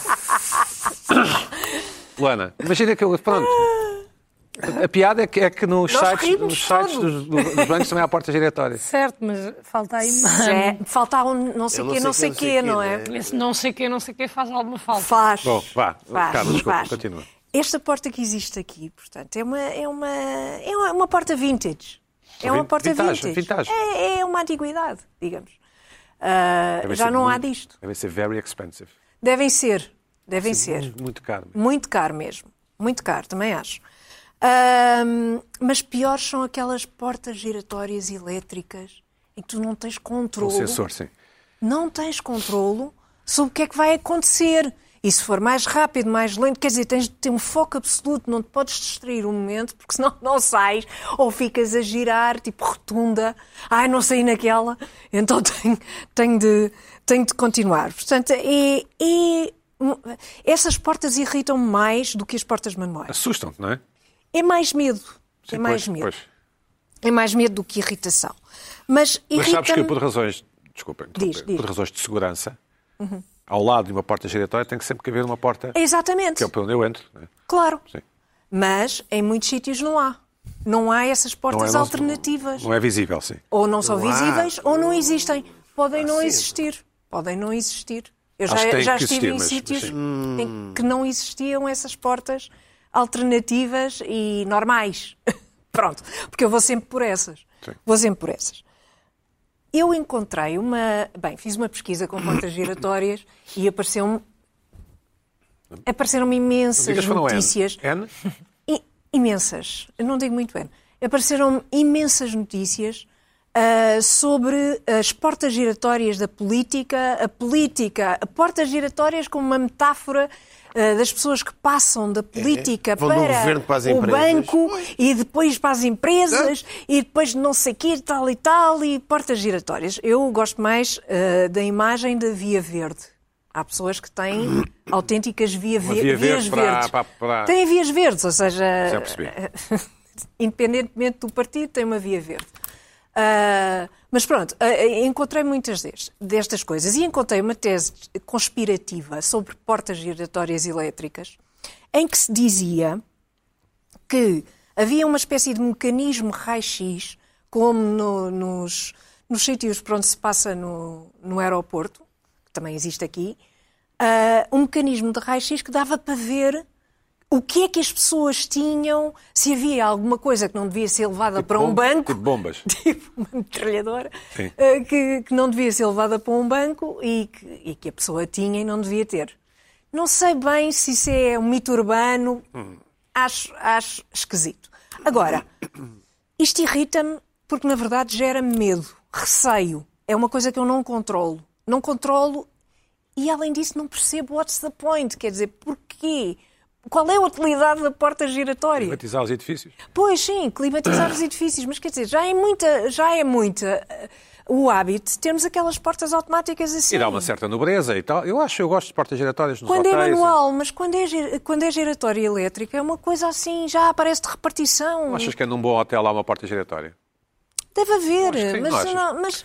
Speaker 2: Luana, imagina que eu. Pronto. A piada é que, é que nos
Speaker 5: Nós
Speaker 2: sites,
Speaker 5: rimos
Speaker 2: nos sites dos,
Speaker 5: todos.
Speaker 2: dos bancos também há porta giratória.
Speaker 4: Certo, mas falta aí mais.
Speaker 5: Zé, Falta um não sei
Speaker 3: Eu não
Speaker 5: quê, não sei
Speaker 3: sei quem,
Speaker 5: quê, não é?
Speaker 3: né?
Speaker 4: Esse não sei quem, não sei quem faz alguma falta.
Speaker 5: Faz.
Speaker 2: Bom, vá.
Speaker 5: Faz,
Speaker 2: Carlos, desculpa,
Speaker 5: faz.
Speaker 2: continua.
Speaker 5: Esta porta que existe aqui, portanto, é uma, é uma, é uma, uma porta vintage. É uma
Speaker 2: Vin-
Speaker 5: porta
Speaker 2: vintage,
Speaker 5: vintage.
Speaker 2: vintage.
Speaker 5: É, é uma antiguidade, digamos. Ah,
Speaker 2: Deve
Speaker 5: já
Speaker 2: ser
Speaker 5: não há
Speaker 2: muito-
Speaker 5: disto.
Speaker 2: Deve ser very expensive.
Speaker 5: Devem ser. Devem ser.
Speaker 2: Muito caro.
Speaker 5: Muito caro mesmo. Muito caro, também acho. Ahm, mas piores são aquelas portas giratórias elétricas em que tu não tens
Speaker 2: Um
Speaker 5: controle.
Speaker 2: sensor, sim.
Speaker 5: Não tens controlo sobre o que é que vai acontecer. E se for mais rápido, mais lento, quer dizer, tens de ter um foco absoluto, não te podes distrair um momento, porque senão não sais ou ficas a girar, tipo rotunda. Ai, não saí naquela, então tenho, tenho, de, tenho de continuar. Portanto, é, é- essas portas irritam-me mais do que as portas manuais.
Speaker 2: Assustam-te, não é?
Speaker 5: É mais medo.
Speaker 2: Sim,
Speaker 5: é mais
Speaker 2: pois,
Speaker 5: medo.
Speaker 2: pois.
Speaker 5: É mais medo do que irritação. Mas
Speaker 2: Mas sabes que
Speaker 5: irrita-me-
Speaker 2: por razões, desculpa, interromper,
Speaker 5: Diz, diz.
Speaker 2: por razões de segurança, ao lado de uma porta giratória tem que sempre que haver uma porta que
Speaker 5: Exatamente.
Speaker 2: é para onde eu entro. Não é?
Speaker 5: Claro.
Speaker 2: Sim.
Speaker 5: Mas em muitos sítios não há. Não há essas
Speaker 2: Não é-
Speaker 5: portas
Speaker 2: não-
Speaker 5: alternativas.
Speaker 2: Não é visível, sim.
Speaker 5: Ou não são
Speaker 3: Não há.
Speaker 5: visíveis ou não existem. Podem não
Speaker 3: sim.
Speaker 5: existir. Podem não existir. Eu
Speaker 2: Ah, Acho que
Speaker 5: já,
Speaker 2: tem
Speaker 5: já
Speaker 2: que existir,
Speaker 5: estive em
Speaker 2: mas-
Speaker 5: sítios
Speaker 2: sim.
Speaker 5: em que não existiam essas portas alternativas e normais. Pronto, porque eu vou sempre por essas.
Speaker 2: Sim.
Speaker 5: Vou sempre por essas. Eu encontrei uma. Bem, fiz uma pesquisa com portas giratórias e apareceu-me. Apareceram-me
Speaker 2: Não
Speaker 5: imensas
Speaker 2: digas que não é.
Speaker 5: notícias
Speaker 2: N?
Speaker 5: i- imensas. Eu não digo muito bem. Apareceram imensas notícias ah, sobre as portas giratórias da política, a política, a portas giratórias como uma metáfora ah, das pessoas que passam da política
Speaker 3: Vão do
Speaker 5: para,
Speaker 3: governo para as
Speaker 5: o
Speaker 3: empresas.
Speaker 5: banco e depois para as empresas e depois de não sei quê, tal e tal, e portas giratórias. Eu gosto mais ah, da imagem da Via Verde. Há pessoas que têm autênticas via, ve-
Speaker 6: via
Speaker 5: vias
Speaker 6: verde para-
Speaker 5: verdes.
Speaker 6: para- para-
Speaker 5: Têm vias verdes, ou seja,
Speaker 6: Já percebi.
Speaker 5: eh, independentemente do partido, tem uma via verde. Ah, mas pronto, ah, ah, encontrei muitas des- destas coisas e encontrei uma tese conspirativa sobre portas giratórias elétricas em que se dizia que havia uma espécie de mecanismo raio-x, como no- nos, nos sítios por onde se passa no, no aeroporto, que também existe aqui, ah, um mecanismo de raio-x que dava para ver o que é que as pessoas tinham, se havia alguma coisa que não devia ser levada para um
Speaker 6: Bom-
Speaker 5: banco,
Speaker 6: Tipo bombas.
Speaker 5: tipo uma metralhadora, eh, que, que não devia ser levada para um banco e que, e que a pessoa tinha e não devia ter. Não sei bem se isso é um mito urbano, acho, acho esquisito. Agora, isto irrita-me porque, na verdade, gera medo, receio. É uma coisa que eu não controlo. Não controlo e, além disso, não percebo what's the point. Quer dizer, porquê? Qual é a utilidade da porta giratória?
Speaker 6: Privatizar os edifícios.
Speaker 5: Pois sim, climatizar os edifícios, mas quer dizer, já é muita, já é muita eh, o hábito de termos aquelas portas automáticas assim.
Speaker 6: E dá uma certa nobreza e tal. Eu acho, eu gosto de portas giratórias nos
Speaker 5: Quando é
Speaker 6: hotéis.
Speaker 5: manual, mas quando é, gir- quando é giratória elétrica, é uma coisa assim, já aparece de repartição.
Speaker 6: Achas que é num bom hotel há uma porta giratória?
Speaker 5: Deve haver,
Speaker 6: Acho que sim,
Speaker 5: mas,
Speaker 6: não achas?
Speaker 5: não- mas,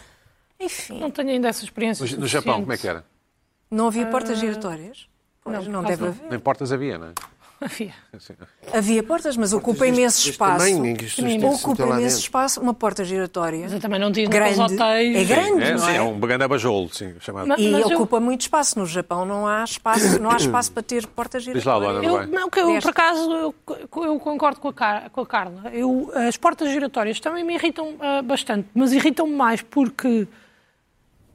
Speaker 5: enfim,
Speaker 4: Não tenho ainda essa experiência.
Speaker 6: No, no
Speaker 4: suficiente.
Speaker 6: Japão, como é que era?
Speaker 5: não havia portas giratórias?
Speaker 4: Ah, não,
Speaker 5: Pois,
Speaker 4: por
Speaker 5: não,
Speaker 4: acaso
Speaker 5: deve
Speaker 4: não.
Speaker 5: haver.
Speaker 6: Nem portas havia, não é?
Speaker 4: Havia.
Speaker 6: Assim,
Speaker 5: Havia portas, mas ocupa imenso espaço. Ocupa imenso
Speaker 3: espaço.
Speaker 5: espaço, uma porta giratória.
Speaker 4: Mas eu também não tinha
Speaker 5: Grande.
Speaker 4: nos hotéis.
Speaker 5: É grande,
Speaker 6: é,
Speaker 5: não
Speaker 6: sim,
Speaker 5: é?
Speaker 6: é um grande abajolo, sim, chamado.
Speaker 4: Mas-
Speaker 5: E
Speaker 4: mas eu-
Speaker 5: ocupa muito espaço. No Japão não há espaço, não há espaço para ter portas
Speaker 6: Diz
Speaker 5: giratórias.
Speaker 6: lá, Luana, não
Speaker 4: Eu,
Speaker 6: vai?
Speaker 4: não, que eu,
Speaker 5: Deste.
Speaker 4: por acaso, eu, eu concordo com a, Car- com a Carla. Eu, as portas giratórias também me irritam ah, bastante, mas irritam-me mais porque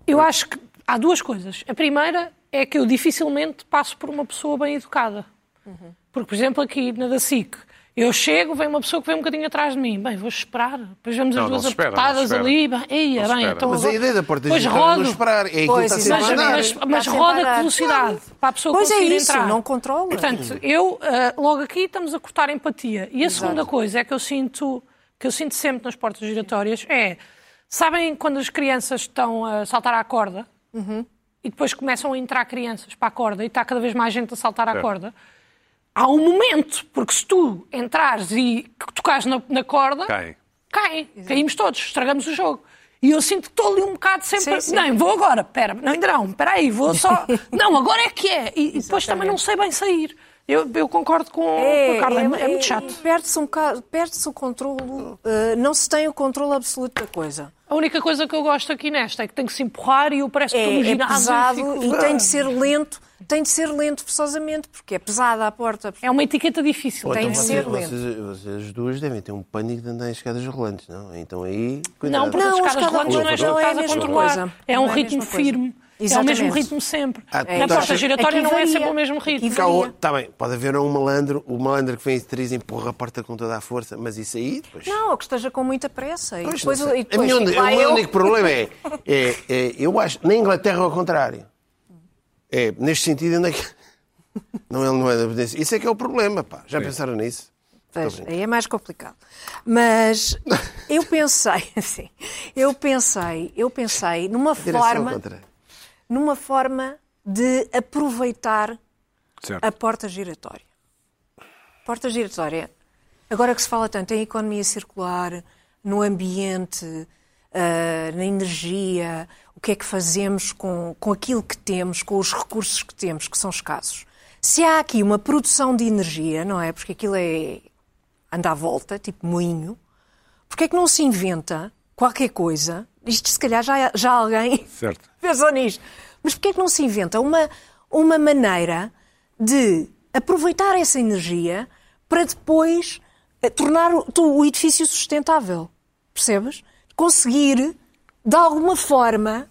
Speaker 4: eu acho que há duas coisas. A primeira é que eu dificilmente passo por uma pessoa bem educada.
Speaker 5: Uhum.
Speaker 4: Porque, por exemplo, aqui na da SIC, eu chego, vem uma pessoa que vem um bocadinho atrás de mim. Bem, vou esperar. Depois vemos
Speaker 6: Não,
Speaker 4: as
Speaker 6: não
Speaker 4: duas
Speaker 6: se espera, não se
Speaker 4: apertadas
Speaker 6: espera.
Speaker 4: ali. Bem, eia,
Speaker 6: Não se
Speaker 4: bem,
Speaker 6: espera.
Speaker 4: então
Speaker 6: Mas
Speaker 3: Mas a
Speaker 4: agora-
Speaker 3: ideia da porta
Speaker 4: Pois
Speaker 3: digital é não
Speaker 4: rodo.
Speaker 3: esperar. É aquilo que
Speaker 5: Pois,
Speaker 3: está sempre
Speaker 5: exato.
Speaker 3: a
Speaker 4: Mas,
Speaker 3: andar.
Speaker 4: mas,
Speaker 5: Está
Speaker 4: mas
Speaker 5: sempre a
Speaker 4: roda
Speaker 5: andar.
Speaker 4: a velocidade para a pessoa
Speaker 5: Pois é
Speaker 4: conseguir
Speaker 5: isso,
Speaker 4: entrar.
Speaker 5: não controla.
Speaker 4: Portanto, eu ah, logo aqui estamos a cortar a empatia. E a segunda coisa é que eu sinto que eu sinto sempre nas portas giratórias é sabem quando as crianças estão a saltar à corda
Speaker 5: Uhum.
Speaker 4: e depois começam a entrar crianças para a corda e está cada vez mais gente a saltar à corda. Há um momento, porque se tu entrares e tocares na, na corda,
Speaker 6: Caem.
Speaker 4: Caem, caímos todos, estragamos o jogo. E eu sinto que estou ali um bocado sempre.
Speaker 5: Sim, sim.
Speaker 4: Não, vou agora, pera, não, ainda não, espera aí, vou só. não, agora é que é. E, e depois também não sei bem sair. Eu, eu concordo com, com a Carla, é, mu- é muito chato.
Speaker 5: Perde-se um ca- perde-se o controle, eh, não se tem o controle absoluto da coisa.
Speaker 4: A única coisa que eu gosto aqui nesta é que tem que se empurrar e eu parece que estou
Speaker 5: É,
Speaker 4: no
Speaker 5: é
Speaker 4: ginásio.
Speaker 5: pesado
Speaker 4: fico-
Speaker 5: e tem de ser lento, tem de ser lento forçosamente, porque é pesada a porta.
Speaker 4: É uma etiqueta difícil.
Speaker 5: Tem
Speaker 3: então
Speaker 4: tem
Speaker 5: de
Speaker 4: que
Speaker 5: ser
Speaker 4: ser.
Speaker 5: lento.
Speaker 3: Vocês, vocês as duas devem ter um pânico de andar em escadas rolantes, não? Então aí. Cuidado.
Speaker 4: Não, porque
Speaker 5: Não, a
Speaker 4: as escadas
Speaker 5: escada
Speaker 4: rolantes não é
Speaker 5: rolante
Speaker 4: já
Speaker 5: não é a
Speaker 4: estás a
Speaker 5: mesma
Speaker 4: controlar.
Speaker 5: coisa.
Speaker 4: É um
Speaker 5: Não é a
Speaker 4: ritmo
Speaker 5: mesma coisa.
Speaker 4: firme. É o mesmo
Speaker 5: Exatamente.
Speaker 4: ritmo sempre.
Speaker 3: Ah, tu
Speaker 4: Na
Speaker 3: estás-
Speaker 4: porta giratória
Speaker 5: Aqui
Speaker 4: não é
Speaker 5: varia.
Speaker 4: sempre o mesmo
Speaker 5: Aqui
Speaker 4: ritmo.
Speaker 3: Cá o-
Speaker 5: varia.
Speaker 3: Tá bem, pode haver um malandro, o malandro que vem de três empurra a porta com toda a força, mas isso aí. Pois,
Speaker 5: Não, ou que esteja com muita pressa. E
Speaker 3: pois
Speaker 5: depois,
Speaker 3: não sei.
Speaker 5: e depois
Speaker 3: a minha onde-
Speaker 5: fico
Speaker 3: o
Speaker 5: lá
Speaker 3: meu
Speaker 5: eu.
Speaker 3: único problema é, é- é- Eu acho. Na Inglaterra, ao contrário. É, neste sentido, ainda que. Não, ele não é da obediência. Isso é que é o problema, pá. Já pensaram nisso?
Speaker 5: Pois, aí é mais complicado. Mas eu pensei, assim, eu pensei, eu pensei numa
Speaker 3: Direção ao
Speaker 5: forma,
Speaker 3: contrário.
Speaker 5: numa forma de aproveitar
Speaker 6: Certo.
Speaker 5: a porta giratória. Porta giratória. Agora que se fala tanto em economia circular, no ambiente, ah, na energia, o que é que fazemos com, com aquilo que temos, com os recursos que temos, que são escassos. Se há aqui uma produção de energia, não é? Porque aquilo é. anda à volta, tipo moinho. Porquê é que não se inventa qualquer coisa? Isto, se calhar, já, já alguém
Speaker 6: Certo.
Speaker 5: pensou nisto. Mas porquê é que não se inventa uma, uma maneira de aproveitar essa energia para depois eh, tornar o, tu- o edifício sustentável? Percebes? Conseguir, de alguma forma,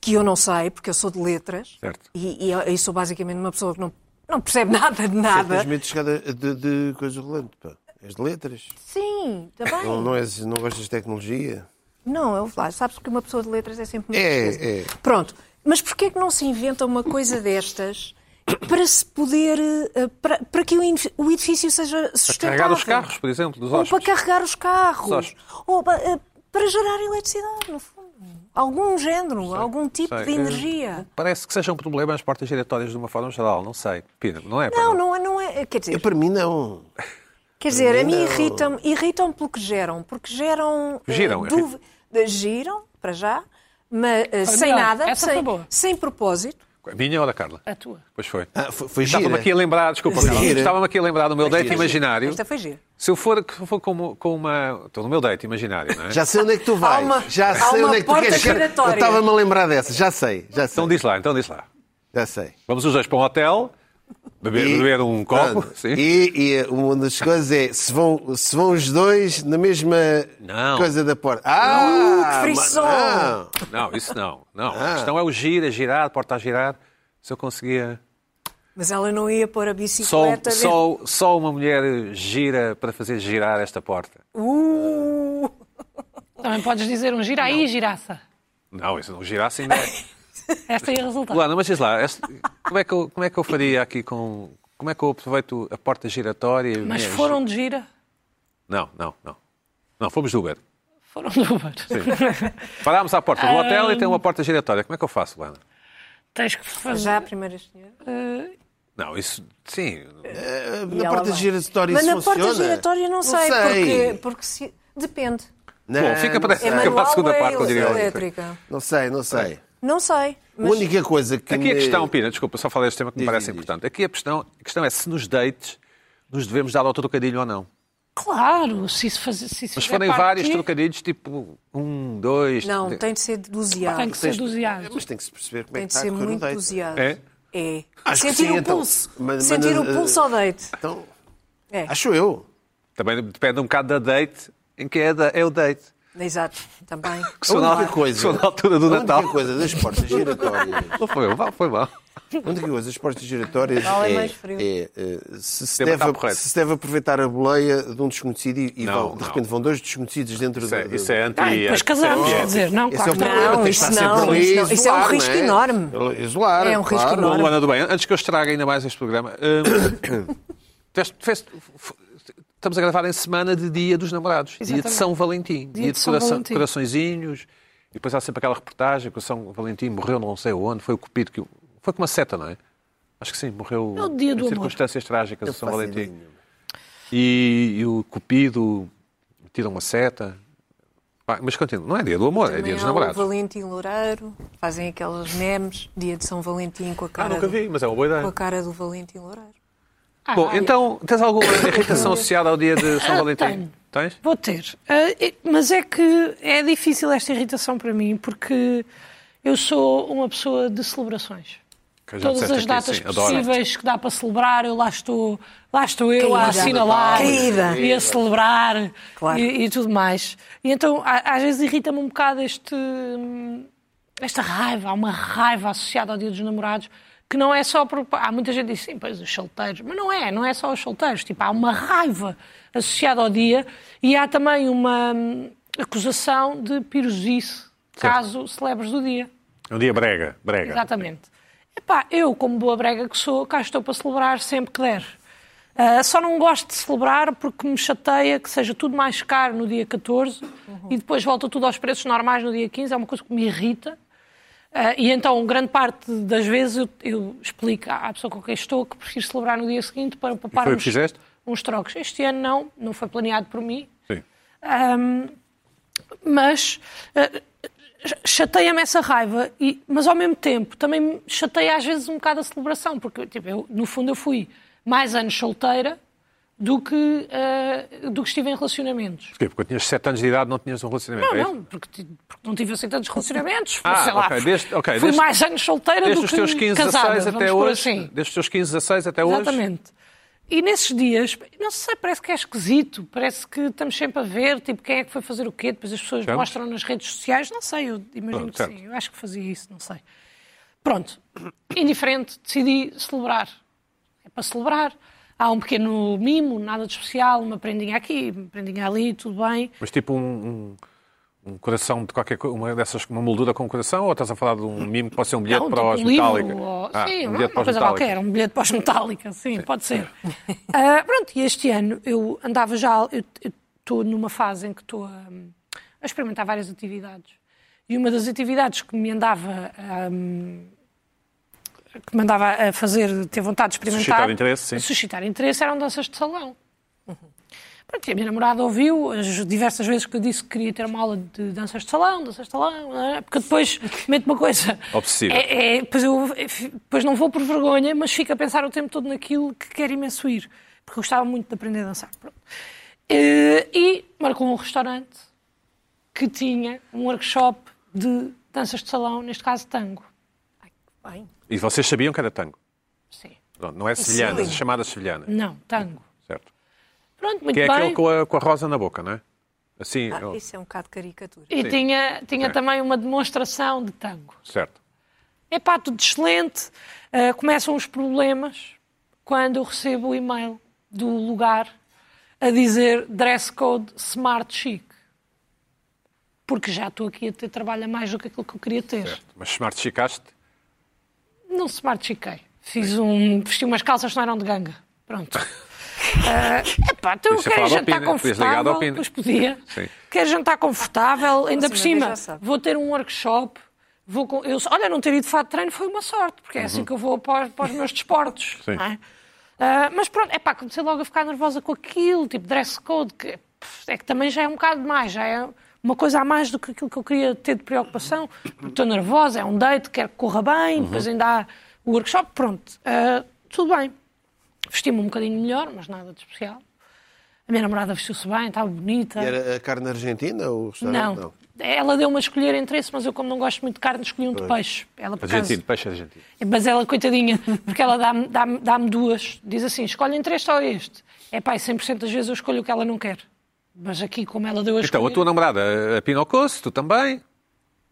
Speaker 5: que eu não sei, porque eu sou de letras,
Speaker 6: Certo.
Speaker 5: e, e eu, eu sou basicamente uma pessoa que não, não percebe nada de
Speaker 3: Tens
Speaker 5: nada.
Speaker 3: medo de, escada, de, de coisa rolante, pá. És de letras.
Speaker 5: Sim, está bem.
Speaker 3: Não, não, és, não gostas de tecnologia?
Speaker 5: Não, eu lá. Sabes que uma pessoa de letras é sempre muito
Speaker 3: É,
Speaker 5: precisa.
Speaker 3: é.
Speaker 5: Pronto. Mas porquê é que não se inventa uma coisa destas para se poder... eh, Para, para que o in- o edifício seja sustentável?
Speaker 2: Carregar os carros, por exemplo, dos
Speaker 5: Ou para
Speaker 2: hóspedes.
Speaker 5: carregar os carros.
Speaker 2: hóspedes.
Speaker 5: Ou pa- eh, para gerar eletricidade, no fundo. Algum género, algum tipo
Speaker 2: sei.
Speaker 5: de
Speaker 2: Eh,
Speaker 5: energia.
Speaker 2: Parece que seja um problema as portas giratórias de uma forma geral, não sei. Pedro, não é?
Speaker 5: Não, não é, não é. Quer dizer,
Speaker 3: Eu, para mim, não.
Speaker 5: Quer dizer, a
Speaker 3: mim, não.
Speaker 5: mim irritam-me irritam pelo que geram, porque geram. eh,
Speaker 2: Giram, é.
Speaker 5: duvi- eh, Giram, para já, mas eh, sem
Speaker 4: melhor,
Speaker 5: nada,
Speaker 4: essa
Speaker 5: sem,
Speaker 4: foi boa.
Speaker 5: sem propósito.
Speaker 2: A minha ou da Carla?
Speaker 4: A tua.
Speaker 2: Pois foi.
Speaker 3: Ah, foi, foi
Speaker 2: Estava-me
Speaker 3: gira.
Speaker 2: aqui a lembrar, desculpa, Carla,
Speaker 3: Gira. É
Speaker 2: estava-me aqui a lembrar do meu date imaginário.
Speaker 5: Esta foi giro.
Speaker 2: Se eu for, se eu for com, uma, com uma. Estou no meu date imaginário, não é?
Speaker 3: Já sei onde é que tu
Speaker 5: Há
Speaker 3: vais.
Speaker 5: uma-
Speaker 3: já
Speaker 5: há
Speaker 3: sei
Speaker 5: uma
Speaker 3: onde é que tu
Speaker 5: porta
Speaker 3: queres chegar. Eu
Speaker 5: giratória.
Speaker 3: estava-me a lembrar dessa. Já sei, já sei.
Speaker 2: Então diz lá, então diz lá.
Speaker 3: Já sei.
Speaker 2: Vamos os dois para um hotel, beber,
Speaker 3: E-
Speaker 2: beber um copo.
Speaker 3: Pronto.
Speaker 2: Sim.
Speaker 3: E, e uma das coisas é se vão, se vão os dois na mesma
Speaker 2: Não.
Speaker 3: coisa da porta. Ah,
Speaker 5: que frição!
Speaker 3: mas não.
Speaker 2: Não, isso não. Não.
Speaker 3: Ah.
Speaker 2: A questão é o giro, a girar, a porta a girar. Se eu conseguia.
Speaker 5: Mas ela não ia pôr a
Speaker 2: Só,
Speaker 5: bicicleta. dentro-
Speaker 2: só, só uma mulher gira para fazer girar esta porta.
Speaker 5: Uh,
Speaker 4: Também podes dizer um gira aí, giraça.
Speaker 2: Não, isso não girar assim. Não é.
Speaker 4: Esta é ia resultar.
Speaker 2: Luana, mas diz lá, esse- como, é que eu, como é que eu faria aqui com. Como é que eu aproveito a porta giratória? e a
Speaker 4: Mas
Speaker 2: minha-
Speaker 4: foram de gira.
Speaker 2: Não, não, não. Não, fomos do Uber.
Speaker 4: Foram de Uber.
Speaker 2: Parámos à porta do hotel e tem uma porta giratória. Como é que eu faço, Luana?
Speaker 4: Tens que fazer.
Speaker 5: já a primeira senhora.
Speaker 2: Não, isso. Sim.
Speaker 5: E
Speaker 3: Na
Speaker 5: ela
Speaker 3: porta
Speaker 5: vai.
Speaker 3: giratória
Speaker 5: Mas
Speaker 3: isso
Speaker 5: na porta
Speaker 3: funciona?
Speaker 5: giratória não, sei,
Speaker 3: sei.
Speaker 5: porque, porque se- depende.
Speaker 3: Não,
Speaker 2: Bom, fica para,
Speaker 3: não sei.
Speaker 2: fica
Speaker 5: É
Speaker 2: para a
Speaker 5: manual
Speaker 2: segunda
Speaker 5: ou é
Speaker 2: parte, eu diria.
Speaker 5: elétrica?
Speaker 3: Não sei, não sei.
Speaker 5: Não sei.
Speaker 3: A única coisa que
Speaker 2: Aqui a
Speaker 3: me-
Speaker 2: questão, Pina, desculpa, só falei este tema que me
Speaker 3: Diz,
Speaker 2: parece
Speaker 3: diz, diz.
Speaker 2: importante. Aqui a questão, a questão é se nos dates nos devemos dar ao trocadilho ou não.
Speaker 4: Claro, se isso fazer. Se isso
Speaker 2: Mas
Speaker 4: fizer
Speaker 2: forem
Speaker 4: parte
Speaker 2: vários
Speaker 4: de ti,
Speaker 2: trocadilhos, tipo um, dois.
Speaker 5: Não,
Speaker 2: três.
Speaker 5: tem de ser deduziado.
Speaker 4: Tem que ser doseado.
Speaker 3: Mas tem que se perceber como é
Speaker 5: Tem
Speaker 3: que
Speaker 5: de
Speaker 3: está a
Speaker 5: ser
Speaker 3: correr o
Speaker 5: muito
Speaker 3: date.
Speaker 5: doseado.
Speaker 2: É?
Speaker 5: É.
Speaker 3: Acho que
Speaker 5: Sentir
Speaker 3: sim,
Speaker 5: o
Speaker 3: então.
Speaker 5: pulso.
Speaker 3: Mas- eh, mas-
Speaker 5: Sentir o pulso ao deite.
Speaker 3: Então,
Speaker 5: É.
Speaker 3: acho eu.
Speaker 2: Também depende um bocado da date em que é, da- é o date.
Speaker 5: Exato. Também.
Speaker 2: Que
Speaker 3: A
Speaker 2: sou na-
Speaker 3: única coisa.
Speaker 2: sou na altura do
Speaker 3: a única
Speaker 2: Natal.
Speaker 3: coisa das portas giratórias.
Speaker 2: Não foi mal, foi mal.
Speaker 3: A única coisa das portas giratórias
Speaker 5: Lá é
Speaker 3: é,
Speaker 5: mais frio.
Speaker 3: é, eh, se, se
Speaker 2: Tem uma
Speaker 3: deve,
Speaker 2: tábua correta.
Speaker 3: se se deve aproveitar a boleia de um desconhecido e, e
Speaker 2: Não,
Speaker 3: vão, de
Speaker 2: não.
Speaker 3: repente vão dois desconhecidos dentro
Speaker 2: Isso é,
Speaker 3: da- da-
Speaker 2: isso é anti.
Speaker 4: Ah, e depois
Speaker 2: isso é
Speaker 4: casamos,
Speaker 2: anti-
Speaker 4: quer dizer, não,
Speaker 3: Esse é
Speaker 4: claro
Speaker 3: o
Speaker 4: que não.
Speaker 3: problema, tem que
Speaker 5: isso
Speaker 3: estar
Speaker 5: não,
Speaker 3: sempre ali,
Speaker 5: isso não. Isso é um
Speaker 3: isolar, não
Speaker 5: risco enorme.
Speaker 3: Isolar,
Speaker 5: É um risco
Speaker 3: claro.
Speaker 5: enorme.
Speaker 2: Luana Ah, do Bem, antes que eu estrague ainda mais este programa, hum, tiveste- tiveste- f- estamos a gravar em semana de Dia dos Namorados, dia de
Speaker 4: Exatamente.
Speaker 2: São Valentim, dia, de,
Speaker 4: de São
Speaker 2: coração,
Speaker 4: Valentim.
Speaker 2: coraçõezinhos, e depois há sempre aquela reportagem que o São Valentim morreu não sei onde, foi o cupido que... o- Foi com uma seta, não é? Acho que sim, morreu
Speaker 4: É o dia
Speaker 2: em
Speaker 4: do amor.
Speaker 2: circunstâncias trágicas o São
Speaker 3: faço
Speaker 2: Valentim.
Speaker 3: ideia
Speaker 2: E, e o cupido tira uma seta... Pá, mas continua, não é dia do amor, é dia
Speaker 5: Também
Speaker 2: dos
Speaker 5: há
Speaker 2: namorados.
Speaker 5: O Valentim Loureiro. Fazem aquelas memes. Dia de São Valentim com a
Speaker 2: Ah,
Speaker 5: cara,
Speaker 2: nunca
Speaker 5: do,
Speaker 2: vi, mas é uma boa
Speaker 5: Com
Speaker 2: ideia.
Speaker 5: a cara do Valentim Loureiro.
Speaker 4: Ah,
Speaker 2: Bom,
Speaker 4: ah,
Speaker 2: então, tens alguma irritação associada ao dia de São
Speaker 4: Ah,
Speaker 2: Valentim?
Speaker 4: tenho.
Speaker 2: Tens?
Speaker 4: Vou ter. Ah, e- mas é que é difícil esta irritação para mim, porque eu sou uma pessoa de celebrações.
Speaker 2: Que já
Speaker 4: Todas
Speaker 2: disseste
Speaker 4: as
Speaker 2: aqui,
Speaker 4: datas
Speaker 2: sim, adoro.
Speaker 4: possíveis que dá para celebrar, eu lá estou, lá estou eu a
Speaker 5: Querida.
Speaker 4: assinalar
Speaker 5: Querida.
Speaker 4: e a celebrar
Speaker 5: Claro.
Speaker 4: e, e tudo mais. E então, a- às vezes irrita-me um bocado este, hum, esta raiva, há uma raiva associada ao Dia dos Namorados que não é só por... Há muita gente que diz, sim, pois os solteiros. Mas não é, não é só os solteiros. Tipo, há uma raiva associada ao dia e há também uma hum, acusação de pirosice caso celebres o dia.
Speaker 2: É um dia brega, brega.
Speaker 4: Exatamente. Epá, eu, como boa brega que sou, cá estou para celebrar sempre que der. Ah, só não gosto de celebrar porque me chateia que seja tudo mais caro no dia 14 e depois volta tudo aos preços normais no dia 15. É uma coisa que me irrita. Ah, e então, grande parte das vezes eu, eu explico à à pessoa com quem estou que prefiro celebrar no dia seguinte para
Speaker 2: E
Speaker 4: poupar
Speaker 2: foi o
Speaker 4: uns,
Speaker 2: que fizeste?
Speaker 4: uns trocos. Este ano não, não foi planeado por mim.
Speaker 2: Sim.
Speaker 4: Ahm, mas ah, chateia-me essa raiva, e, mas ao mesmo tempo também me chateia às vezes um bocado a celebração, porque tipo, eu, no fundo eu fui mais anos solteira do que, ah, do que estive em relacionamentos.
Speaker 2: Porquê? Porque eu tinhas 7 anos de idade não tinhas um relacionamento.
Speaker 4: Não,
Speaker 2: é
Speaker 4: não, porque, ti- porque não tive assim tantos relacionamentos.
Speaker 2: Ah,
Speaker 4: sei lá,
Speaker 2: ok, desde- ok,
Speaker 4: fui
Speaker 2: desde-
Speaker 4: mais anos solteira
Speaker 2: Desde
Speaker 4: do
Speaker 2: os
Speaker 4: que
Speaker 2: teus 15,
Speaker 4: casada,
Speaker 2: 16
Speaker 4: vamos
Speaker 2: até
Speaker 4: por
Speaker 2: hoje.
Speaker 4: assim.
Speaker 2: Desde os teus 15, 16 até hoje.
Speaker 4: Exatamente. E nesses dias, não sei, parece que é esquisito, parece que estamos sempre a ver, tipo, quem é que foi fazer o quê, depois as pessoas
Speaker 2: Estamos?
Speaker 4: mostram nas redes sociais, não sei, eu
Speaker 2: Pronto,
Speaker 4: imagino que
Speaker 2: Ah, certo.
Speaker 4: sim, eu acho que fazia isso, não sei. Pronto, indiferente, decidi celebrar. É para celebrar. Há um pequeno mimo, nada de especial, uma prendinha aqui, uma prendinha ali, tudo bem.
Speaker 2: Mas tipo um, um, um coração de qualquer coisa, uma dessas, uma moldura com um coração, ou estás a falar de um mimo que pode ser um bilhete
Speaker 4: Não,
Speaker 2: para
Speaker 4: tipo
Speaker 2: os
Speaker 4: um livro,
Speaker 2: Metallica?
Speaker 4: ou-
Speaker 2: Ah,
Speaker 4: sim,
Speaker 2: um
Speaker 4: uma
Speaker 2: bilhete para os
Speaker 4: coisa
Speaker 2: Metallica.
Speaker 4: qualquer, um bilhete para os Metallica, sim, pode ser. Ah, pronto, e este ano eu andava já, eu estou numa fase em que estou a, a experimentar várias atividades. E uma das atividades que me andava a, que me andava a fazer, ter vontade de experimentar...
Speaker 6: Suscitar interesse, sim.
Speaker 4: Suscitar interesse eram danças de salão. Pronto, e a minha namorada ouviu as diversas vezes que eu disse que queria ter uma aula de danças de salão, danças de salão, não é? porque depois mete uma coisa.
Speaker 2: Obsessiva.
Speaker 4: É, é, depois, eu, é, fi- depois não vou por vergonha, mas fico a pensar o tempo todo naquilo que quer imenso ir, porque eu gostava muito de aprender a dançar. Pronto. Eh, E marcou um restaurante que tinha um workshop de danças de salão, neste caso tango.
Speaker 5: Bem,
Speaker 2: E vocês sabiam que era tango?
Speaker 4: Sim.
Speaker 2: Pronto, Não é sevilhana, é chamada sevilhana,
Speaker 4: Não, tango.
Speaker 2: certo?
Speaker 4: Pronto, muito
Speaker 2: Que é
Speaker 4: bem.
Speaker 2: aquele com a, com a rosa na boca, não é? Assim,
Speaker 5: ah,
Speaker 2: ó,
Speaker 5: isso é um bocado caricatura.
Speaker 4: E tinha, tinha
Speaker 2: Ok.
Speaker 4: também uma demonstração de tango.
Speaker 2: certo.
Speaker 4: É pá, tudo excelente. Ah, começam os problemas quando eu recebo o e-mail do lugar a dizer dress code smart chic. Porque já estou aqui a ter trabalho a mais do que aquilo que eu queria ter.
Speaker 2: certo. Mas smart chicaste,
Speaker 4: Não smart chiquei. Fiz um. Vesti umas calças que não eram de ganga. Pronto. É pá, então eu
Speaker 2: Podias ter
Speaker 4: quero
Speaker 2: falado ao
Speaker 4: jantar
Speaker 2: Pina, podias ligado
Speaker 4: confortável.
Speaker 2: ao Pina.
Speaker 4: Pois podia.
Speaker 2: Sim.
Speaker 4: Quero jantar confortável, ainda por
Speaker 5: vez
Speaker 4: cima.
Speaker 5: já sabe.
Speaker 4: Vou ter um workshop. Vou com- eu, olha, não ter ido de fato de treino foi uma sorte, porque é assim que eu vou para, para os meus desportos.
Speaker 2: Sim.
Speaker 4: não é? Ah, mas pronto, é pá, comecei logo a ficar nervosa com aquilo, tipo dress code, que pff, é que também já é um bocado demais, já é uma coisa a mais do que aquilo que eu queria ter de preocupação. porque Estou nervosa, é um date, quero que corra bem, depois ainda há o workshop, pronto, ah, tudo bem. Vesti-me um bocadinho melhor, mas nada de especial. A minha namorada vestiu-se bem, estava bonita.
Speaker 3: E Era a carne argentina ou o
Speaker 4: Não.
Speaker 3: restaurante?
Speaker 4: Ela deu-me a escolher entre esse, mas eu, como não gosto muito de carne, escolhi um de peixe. Ela, por acaso-
Speaker 2: argentino, peixe argentino.
Speaker 4: Mas ela, coitadinha, porque ela dá-me dá dá duas. Diz assim: escolhe entre este ou este. É pá, e 100% das vezes eu escolho o que ela não quer. Mas aqui, como ela deu a escolher.
Speaker 2: Então, a tua namorada, a- a Pinocosso, tu também?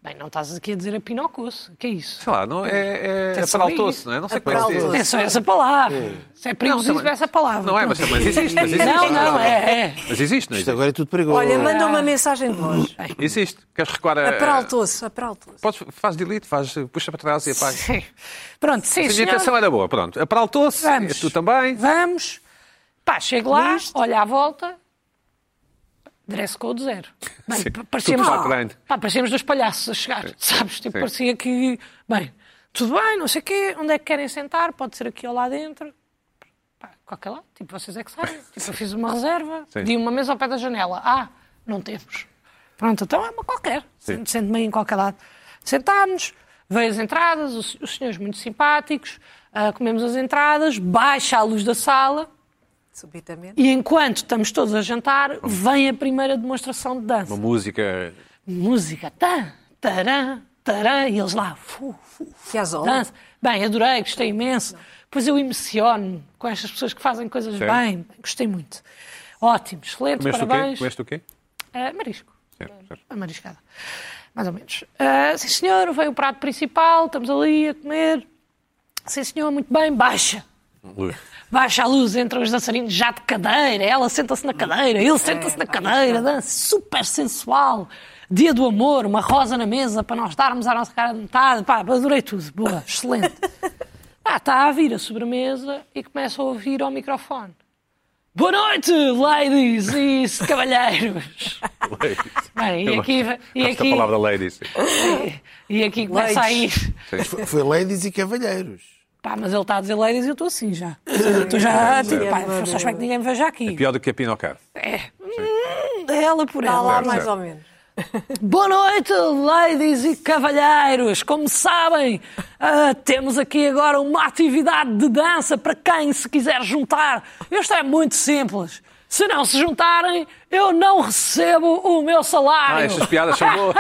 Speaker 4: Bem, não estás aqui a dizer a pinocoço. Que é isso?
Speaker 2: Sei lá, não, é, é, é
Speaker 4: Tem
Speaker 2: peraltou-se,
Speaker 4: sorriso.
Speaker 2: não é? Não sei como é que se diz.
Speaker 4: É só essa palavra. Se é
Speaker 2: Não,
Speaker 4: perigoso,
Speaker 2: também-
Speaker 4: essa palavra.
Speaker 2: Não é, mas também existe, mas existe.
Speaker 4: Não, não, é. é.
Speaker 2: Mas existe, não
Speaker 3: Isto
Speaker 2: existe?
Speaker 3: agora é tudo perigoso.
Speaker 5: Olha, manda Ah. uma mensagem de voz.
Speaker 4: é-
Speaker 2: Existe. Queres recuar a...
Speaker 5: Aperaltou-se, aperaltou-se.
Speaker 2: Podes, faz delete, faz, puxa para trás e apaga.
Speaker 4: Sim. Pronto, sim,
Speaker 2: A minha
Speaker 4: senhora.
Speaker 2: intenção era boa, pronto. É Aperaltou-se,
Speaker 4: Vamos.
Speaker 2: tu também.
Speaker 4: Vamos. Pá, chego lá, olho à volta, dress code zero. Bem,
Speaker 2: Sim,
Speaker 4: pa- parecíamos,
Speaker 2: tudo flagrante.
Speaker 4: pá, parecíamos dois palhaços a chegar, sabes? Tipo,
Speaker 2: Sim.
Speaker 4: parecia que, bem, tudo bem, não sei o quê, onde é que querem sentar, pode ser aqui ou lá dentro. Pá, qualquer lá, tipo, vocês é que sabem. Tipo, eu fiz uma reserva,
Speaker 2: Sim.
Speaker 4: pedi uma mesa ao pé da janela. Ah, não temos. Pronto, então é uma qualquer.
Speaker 2: Sim.
Speaker 4: Sente-me aí em qualquer lado. Sentámos, veio as entradas, os, os senhores muito simpáticos, ah, comemos as entradas, baixa a luz da sala
Speaker 5: Subitamente.
Speaker 4: e enquanto estamos todos a jantar, vem a primeira demonstração de dança.
Speaker 2: Uma música...
Speaker 4: Música, tá, tarã, tarã, e eles lá, fu, fu,
Speaker 5: E as horas.
Speaker 4: dança. Bem, adorei, gostei imenso. Pois eu emociono com estas pessoas que fazem coisas
Speaker 2: Certo.
Speaker 4: bem. Gostei muito. Ótimo, excelente,
Speaker 2: Comeste o quê?
Speaker 4: parabéns.
Speaker 2: Comeste o quê?
Speaker 4: Ah, marisco.
Speaker 2: Certo, certo.
Speaker 4: A mariscada. Mais ou menos. Ah, sim, senhor, veio o prato principal, estamos ali a comer. Sim, senhor, muito bem, baixa.
Speaker 2: Lua.
Speaker 4: Baixa a luz, entram os dançarinos já de cadeira, ela senta-se na cadeira, ele senta-se na cadeira, dança super sensual. Dia do amor, uma rosa na mesa para nós darmos à nossa cara de metade. Pá, adorei tudo, boa, excelente. Ah, está a vir a sobremesa e começa a ouvir ao microfone. Boa noite, ladies e cavalheiros. Bem, e aqui, e
Speaker 2: um Gosto da
Speaker 4: aqui,
Speaker 2: palavra ladies.
Speaker 4: e aqui começa a ir.
Speaker 3: Foi- Foi ladies e cavalheiros.
Speaker 4: Pá, mas ele está a dizer ladies e eu estou assim já. Estou já, tipo, pá, só espero que ninguém me veja aqui.
Speaker 2: Pior do que a Pinocard.
Speaker 5: É.
Speaker 4: Hum, Ela por
Speaker 5: Está lá
Speaker 4: ela.
Speaker 2: Certo,
Speaker 5: mais
Speaker 2: certo.
Speaker 5: ou menos.
Speaker 4: Boa noite, ladies e cavalheiros. Como sabem, ah, temos aqui agora uma atividade de dança para quem se quiser juntar. Isto é muito simples. Se não se juntarem, eu não recebo o meu salário.
Speaker 2: Ah, estas piadas são boas.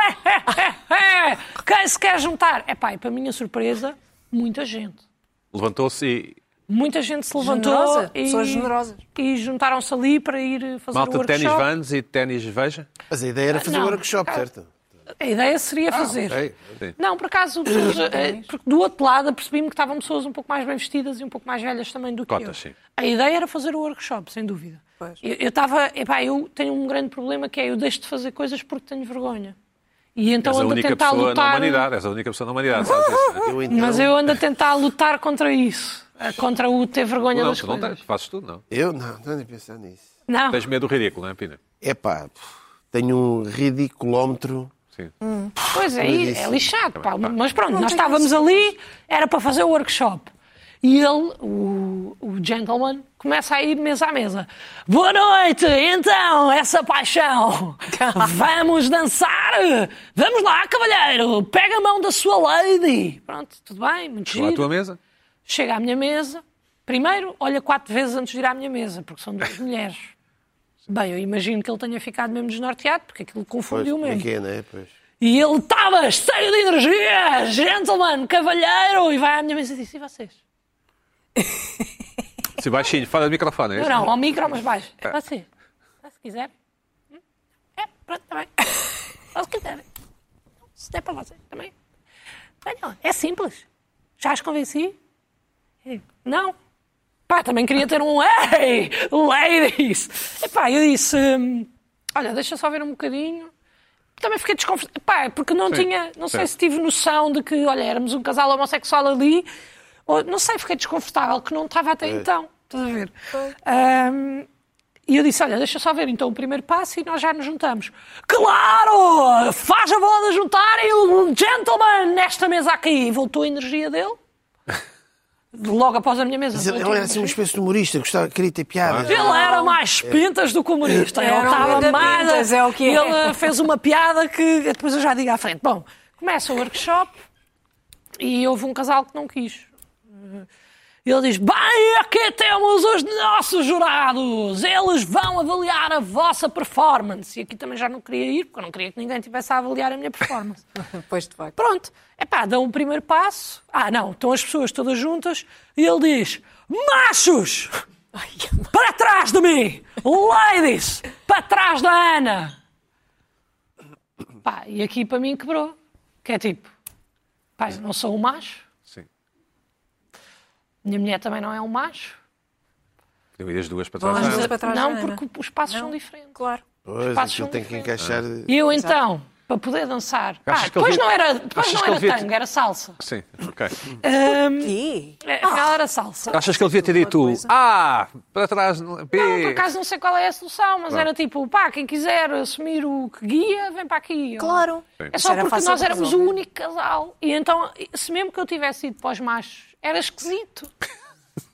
Speaker 4: quem se quer juntar? É pá, e para minha surpresa, muita gente.
Speaker 2: Levantou-se e...
Speaker 4: Muita gente se levantou
Speaker 5: Generosa,
Speaker 4: e,
Speaker 5: pessoas generosas.
Speaker 4: e juntaram-se ali para ir fazer
Speaker 2: Malta
Speaker 4: o
Speaker 2: de ténis
Speaker 4: workshop.
Speaker 2: vans e de ténis veja.
Speaker 3: Mas a ideia era fazer
Speaker 4: Não.
Speaker 3: um workshop, certo?
Speaker 5: Ah,
Speaker 4: A ideia
Speaker 2: Ah,
Speaker 4: seria fazer.
Speaker 2: é
Speaker 3: ok.
Speaker 2: Sim.
Speaker 4: Não, por acaso, pessoas,
Speaker 2: É.
Speaker 4: eh, porque do outro lado apercebi-me que estavam pessoas um pouco mais bem vestidas e um pouco mais velhas também do que
Speaker 2: Cotas,
Speaker 4: eu.
Speaker 2: sim.
Speaker 4: A ideia era fazer o workshop, sem dúvida.
Speaker 5: Pois.
Speaker 4: Eu eu estava. Epá, eu tenho um grande problema que é eu deixo de fazer coisas porque tenho vergonha. E então
Speaker 2: És a
Speaker 4: ando a
Speaker 2: única
Speaker 4: tentar
Speaker 2: pessoa na
Speaker 4: lutar. né?
Speaker 2: humanidade. És a única pessoa na humanidade. sabes isso, não é?
Speaker 3: Eu, então,
Speaker 4: Mas eu ando a tentar lutar contra isso. eh, Contra o ter vergonha
Speaker 2: Não,
Speaker 4: das
Speaker 2: tu não
Speaker 4: coisas.
Speaker 2: tens, fazes tudo, não.
Speaker 3: eu não, não ando a pensar nisso.
Speaker 4: Não,
Speaker 2: Tens medo do ridículo, não é, Pina?
Speaker 3: Epá, tenho um ridiculómetro.
Speaker 2: Sim.
Speaker 4: pois é, é lixado. pá. Mas pronto, nós
Speaker 5: tem
Speaker 4: estávamos ali, era para fazer o workshop. E ele, o, o gentleman, começa a ir mesa a mesa. Boa noite! Então, essa paixão! Vamos dançar! Vamos lá, cavalheiro! Pega a mão da sua lady! Pronto, tudo bem, muito
Speaker 2: Chegou à
Speaker 4: giro.
Speaker 2: tua mesa?
Speaker 4: Chega à minha mesa, primeiro olha quatro vezes antes de ir à minha mesa, porque são duas mulheres. Bem, eu imagino que ele tenha ficado mesmo desnorteado, porque aquilo
Speaker 3: Pois,
Speaker 4: confundiu
Speaker 3: como é
Speaker 4: mesmo.
Speaker 3: que é, não é? Pois.
Speaker 4: E ele estava cheio de energia, gentleman, cavalheiro, e vai à minha mesa e disse: E vocês?
Speaker 2: Se baixinho, fala do microfone. É
Speaker 4: Eu
Speaker 2: isso?
Speaker 4: não, ao micro, mas baixo. E vocês? Ah, Se quiserem. Hum? É, pronto, também. Ou se quiserem. Se der para vocês, também. Venham, é simples. Já as convenci? E, Não. Pá, também queria ter um Hey, ladies! Epá, eu disse: hum, Olha, deixa só ver um bocadinho. Também fiquei desconfortável. Pá, porque não tinha. Não sei
Speaker 2: Sim.
Speaker 4: se tive noção de que, olha, éramos um casal homossexual ali. Ou, não sei, fiquei desconfortável, que não estava até então. Estás a ver? Hum, e eu disse: Olha, deixa só ver então o primeiro passo e nós já nos juntamos. Claro! Faz a bola juntar e o gentleman nesta mesa aqui. E voltou a energia dele. Logo após a minha mesa.
Speaker 3: Mas ele
Speaker 4: voltou a
Speaker 3: ele era assim uma
Speaker 4: energia.
Speaker 3: espécie de humorista, gostava, queria ter piadas.
Speaker 4: Ele era mais pintas do que humorista. Ele
Speaker 5: Era um
Speaker 4: estava
Speaker 5: grande
Speaker 4: mais.
Speaker 5: Ah. pintas, é o que é.
Speaker 4: Ele eh, fez uma piada que depois eu já digo à frente. Bom, começa o workshop e houve um casal que não quis. Eh, Ele diz: Bem, aqui temos os nossos jurados, eles vão avaliar a vossa performance. E aqui também já não queria ir, porque eu não queria que ninguém estivesse a avaliar a minha performance.
Speaker 5: Pois de facto.
Speaker 4: Pronto, é pá, dão o primeiro passo. Ah, não, estão as pessoas todas juntas e ele diz: Machos! Para trás de mim! Ladies! Para trás da Ana! Pá, e aqui para mim quebrou. Que é tipo: Pá, eu não sou um macho,
Speaker 2: Sim.
Speaker 4: minha mulher também não é um macho.
Speaker 2: Eu ia as duas para
Speaker 5: Vão
Speaker 2: trás.
Speaker 5: às
Speaker 2: da
Speaker 5: duas
Speaker 2: Ana.
Speaker 5: para trás da
Speaker 4: não,
Speaker 5: Ana.
Speaker 4: porque os passos são diferentes.
Speaker 5: Claro.
Speaker 3: Pois,
Speaker 4: passos
Speaker 3: aquilo
Speaker 4: são
Speaker 3: tem que
Speaker 4: diferentes.
Speaker 3: encaixar.
Speaker 4: E eu então, para poder dançar. Ah,
Speaker 2: Achas que ele
Speaker 4: depois
Speaker 2: devia-
Speaker 4: não era, depois
Speaker 2: Achas
Speaker 4: não
Speaker 2: que ele
Speaker 4: era
Speaker 2: devia-
Speaker 4: tango, era salsa.
Speaker 2: Sim, ok.
Speaker 5: E?
Speaker 4: É,
Speaker 2: Ah.
Speaker 4: Aquela era salsa.
Speaker 2: Achas que ele devia ter dito
Speaker 5: coisa.
Speaker 2: A para trás, não- B.
Speaker 4: Não, por acaso não sei qual é a solução, mas era tipo, pá, quem quiser assumir o que guia, vem para aqui.
Speaker 5: Claro.
Speaker 4: É
Speaker 5: Isso
Speaker 4: só
Speaker 5: era
Speaker 4: porque
Speaker 5: fácil
Speaker 4: nós
Speaker 5: de
Speaker 4: éramos o
Speaker 5: resolver.
Speaker 4: único casal. E então, se mesmo que eu tivesse ido para os machos, era esquisito.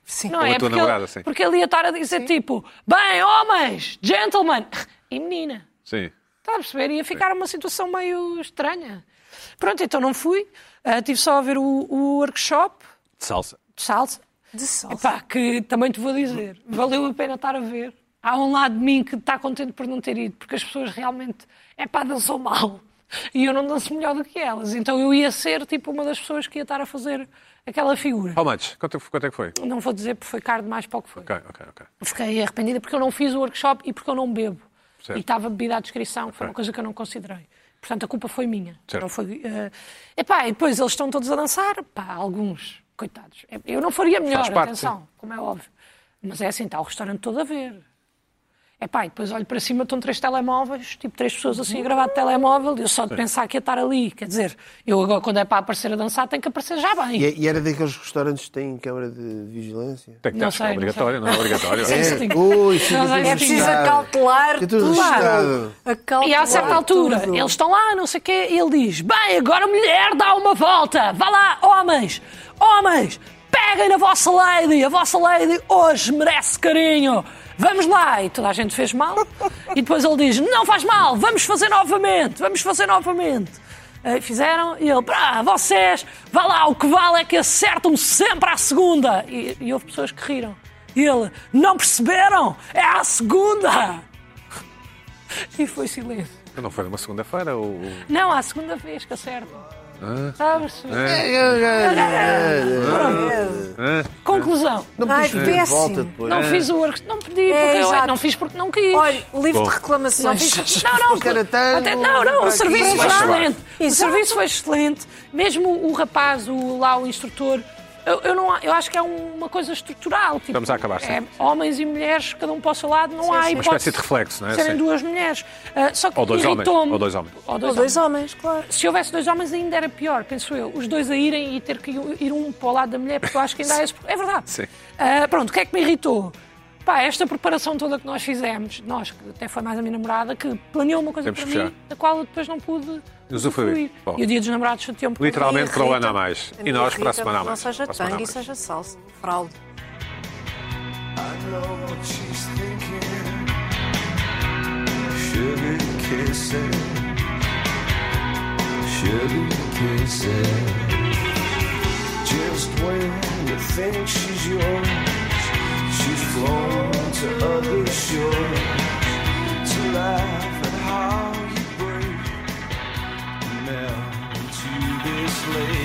Speaker 5: Sim.
Speaker 4: Não
Speaker 2: Ou a
Speaker 4: é?
Speaker 2: tua
Speaker 4: porque,
Speaker 2: namorada,
Speaker 4: ele,
Speaker 2: sim.
Speaker 4: porque ele ia estar a dizer tipo, bem, homens, gentlemen, e menina.
Speaker 2: Sim.
Speaker 4: Está a perceber? Ia ficar uma situação meio estranha. Pronto, então não fui. Ah, tive só a ver o, o workshop
Speaker 2: De salsa.
Speaker 4: de salsa.
Speaker 5: De sol.
Speaker 4: Epá, que também te vou dizer, valeu a pena estar a ver. Há um lado de mim que está contente por não ter ido, porque as pessoas realmente, epá, dançam mal. E eu não danço melhor do que elas. Então eu ia ser tipo uma das pessoas que ia estar a fazer aquela figura.
Speaker 2: How much? Quanto, quanto é que foi?
Speaker 4: Não vou dizer porque foi caro demais para o que foi.
Speaker 2: Ok, ok, ok.
Speaker 4: Fiquei arrependida porque eu não fiz o workshop e porque eu não bebo.
Speaker 2: Certo.
Speaker 4: E estava bebida à descrição, que foi uma coisa que eu não considerei. Portanto, a culpa foi minha.
Speaker 2: Certo.
Speaker 4: Não foi, eh, Epá, e depois eles estão todos a dançar, pá, alguns, coitados. É, Eu não faria melhor,
Speaker 2: Faz parte,
Speaker 4: atenção, como é óbvio. Mas é assim, está o restaurante todo a ver. Epá, e depois olho para cima, estão três telemóveis, tipo três pessoas assim a gravar de telemóvel, e eu só de pensar que ia estar ali. Quer dizer, eu agora, quando é para aparecer a dançar, tenho que aparecer já bem.
Speaker 3: E, e era daqueles restaurantes que têm câmara de vigilância?
Speaker 2: Tem que
Speaker 4: Não
Speaker 2: estar,
Speaker 4: sei,
Speaker 2: é obrigatório,
Speaker 4: não
Speaker 2: não é obrigatório.
Speaker 4: Sim, sim.
Speaker 3: Ui, fica
Speaker 4: Não, não,
Speaker 3: tudo
Speaker 4: é
Speaker 5: É preciso
Speaker 3: assustado.
Speaker 5: acautelar
Speaker 3: Fica É tudo
Speaker 5: tudo.
Speaker 3: assustado.
Speaker 5: Acautelar
Speaker 4: E a certa altura,
Speaker 5: tudo.
Speaker 4: eles estão lá, não sei o quê, e ele diz: Bem, agora a mulher dá uma volta, vá lá, homens, homens, peguem na vossa lady, a vossa lady hoje merece carinho. Vamos lá! E toda a gente fez mal. E depois ele diz: Não faz mal, vamos fazer novamente, vamos fazer novamente. Eh, Fizeram e ele, pá, vocês, vá lá, o que vale é que acertam sempre à segunda. E, e houve pessoas que riram. E ele, não perceberam? É à segunda! E foi silêncio.
Speaker 2: É, Não foi numa segunda-feira ou.
Speaker 4: Não, à segunda vez que acerto. Sabes?
Speaker 3: É,
Speaker 4: Conclusão.
Speaker 5: Ai,
Speaker 3: Puxa, é, Volta
Speaker 5: péssimo.
Speaker 3: depois. É.
Speaker 4: Não fiz o workshop. Não pedi, porque eu
Speaker 5: É, exato.
Speaker 4: não fiz porque não quis.
Speaker 5: Olha, livro
Speaker 2: Bom.
Speaker 5: de
Speaker 4: não,
Speaker 5: reclamações.
Speaker 4: fiz, não, não,
Speaker 3: Porque era tango,
Speaker 4: até- não, não,
Speaker 3: para
Speaker 4: o
Speaker 3: aqui,
Speaker 4: serviço foi
Speaker 3: para
Speaker 4: excelente. O
Speaker 5: Exato.
Speaker 4: serviço foi excelente. Mesmo o rapaz, o, lá o instrutor, Eu, eu não, eu acho que é uma coisa estrutural. Tipo,
Speaker 2: Estamos a acabar, sim.
Speaker 4: é Homens e mulheres, cada um para o seu lado, não há
Speaker 5: sim.
Speaker 4: hipótese.
Speaker 5: Uma
Speaker 2: espécie de reflexo, não é?
Speaker 4: Serem
Speaker 2: Sim.
Speaker 4: duas mulheres. Ah, só que
Speaker 2: Ou dois homens,
Speaker 4: irritou-me-
Speaker 2: ou dois homens.
Speaker 4: Ou dois
Speaker 5: Ou dois
Speaker 4: homens.
Speaker 5: homens, claro.
Speaker 4: Se houvesse dois homens ainda era pior, penso eu. Os dois a irem e ter que ir um para o lado da mulher, porque eu acho que ainda há esse... É verdade.
Speaker 2: Sim.
Speaker 4: Ah, pronto, o que é que me irritou? Pá, esta preparação toda que nós fizemos, nós, que até foi mais a minha namorada, que planeou uma coisa
Speaker 2: Temos
Speaker 4: para
Speaker 2: que
Speaker 4: mim, da qual eu depois não pude
Speaker 2: Usufruir.
Speaker 4: usufruir.
Speaker 2: Bom.
Speaker 4: E o dia dos namorados chateou-me. porque-
Speaker 2: Literalmente para o ano a mais.
Speaker 5: A
Speaker 2: E
Speaker 5: minha
Speaker 2: nós para a
Speaker 5: Rita
Speaker 2: semana a
Speaker 5: Não
Speaker 2: mais.
Speaker 5: seja
Speaker 2: Para a semana a
Speaker 5: tangue e
Speaker 2: mais.
Speaker 5: seja salsa. Fraude.
Speaker 7: I know what she's thinking. Sugar kissing. Sugar kissing. Just when you think she's yours, she's flown to other shores to laugh at how you break and melt into this lake.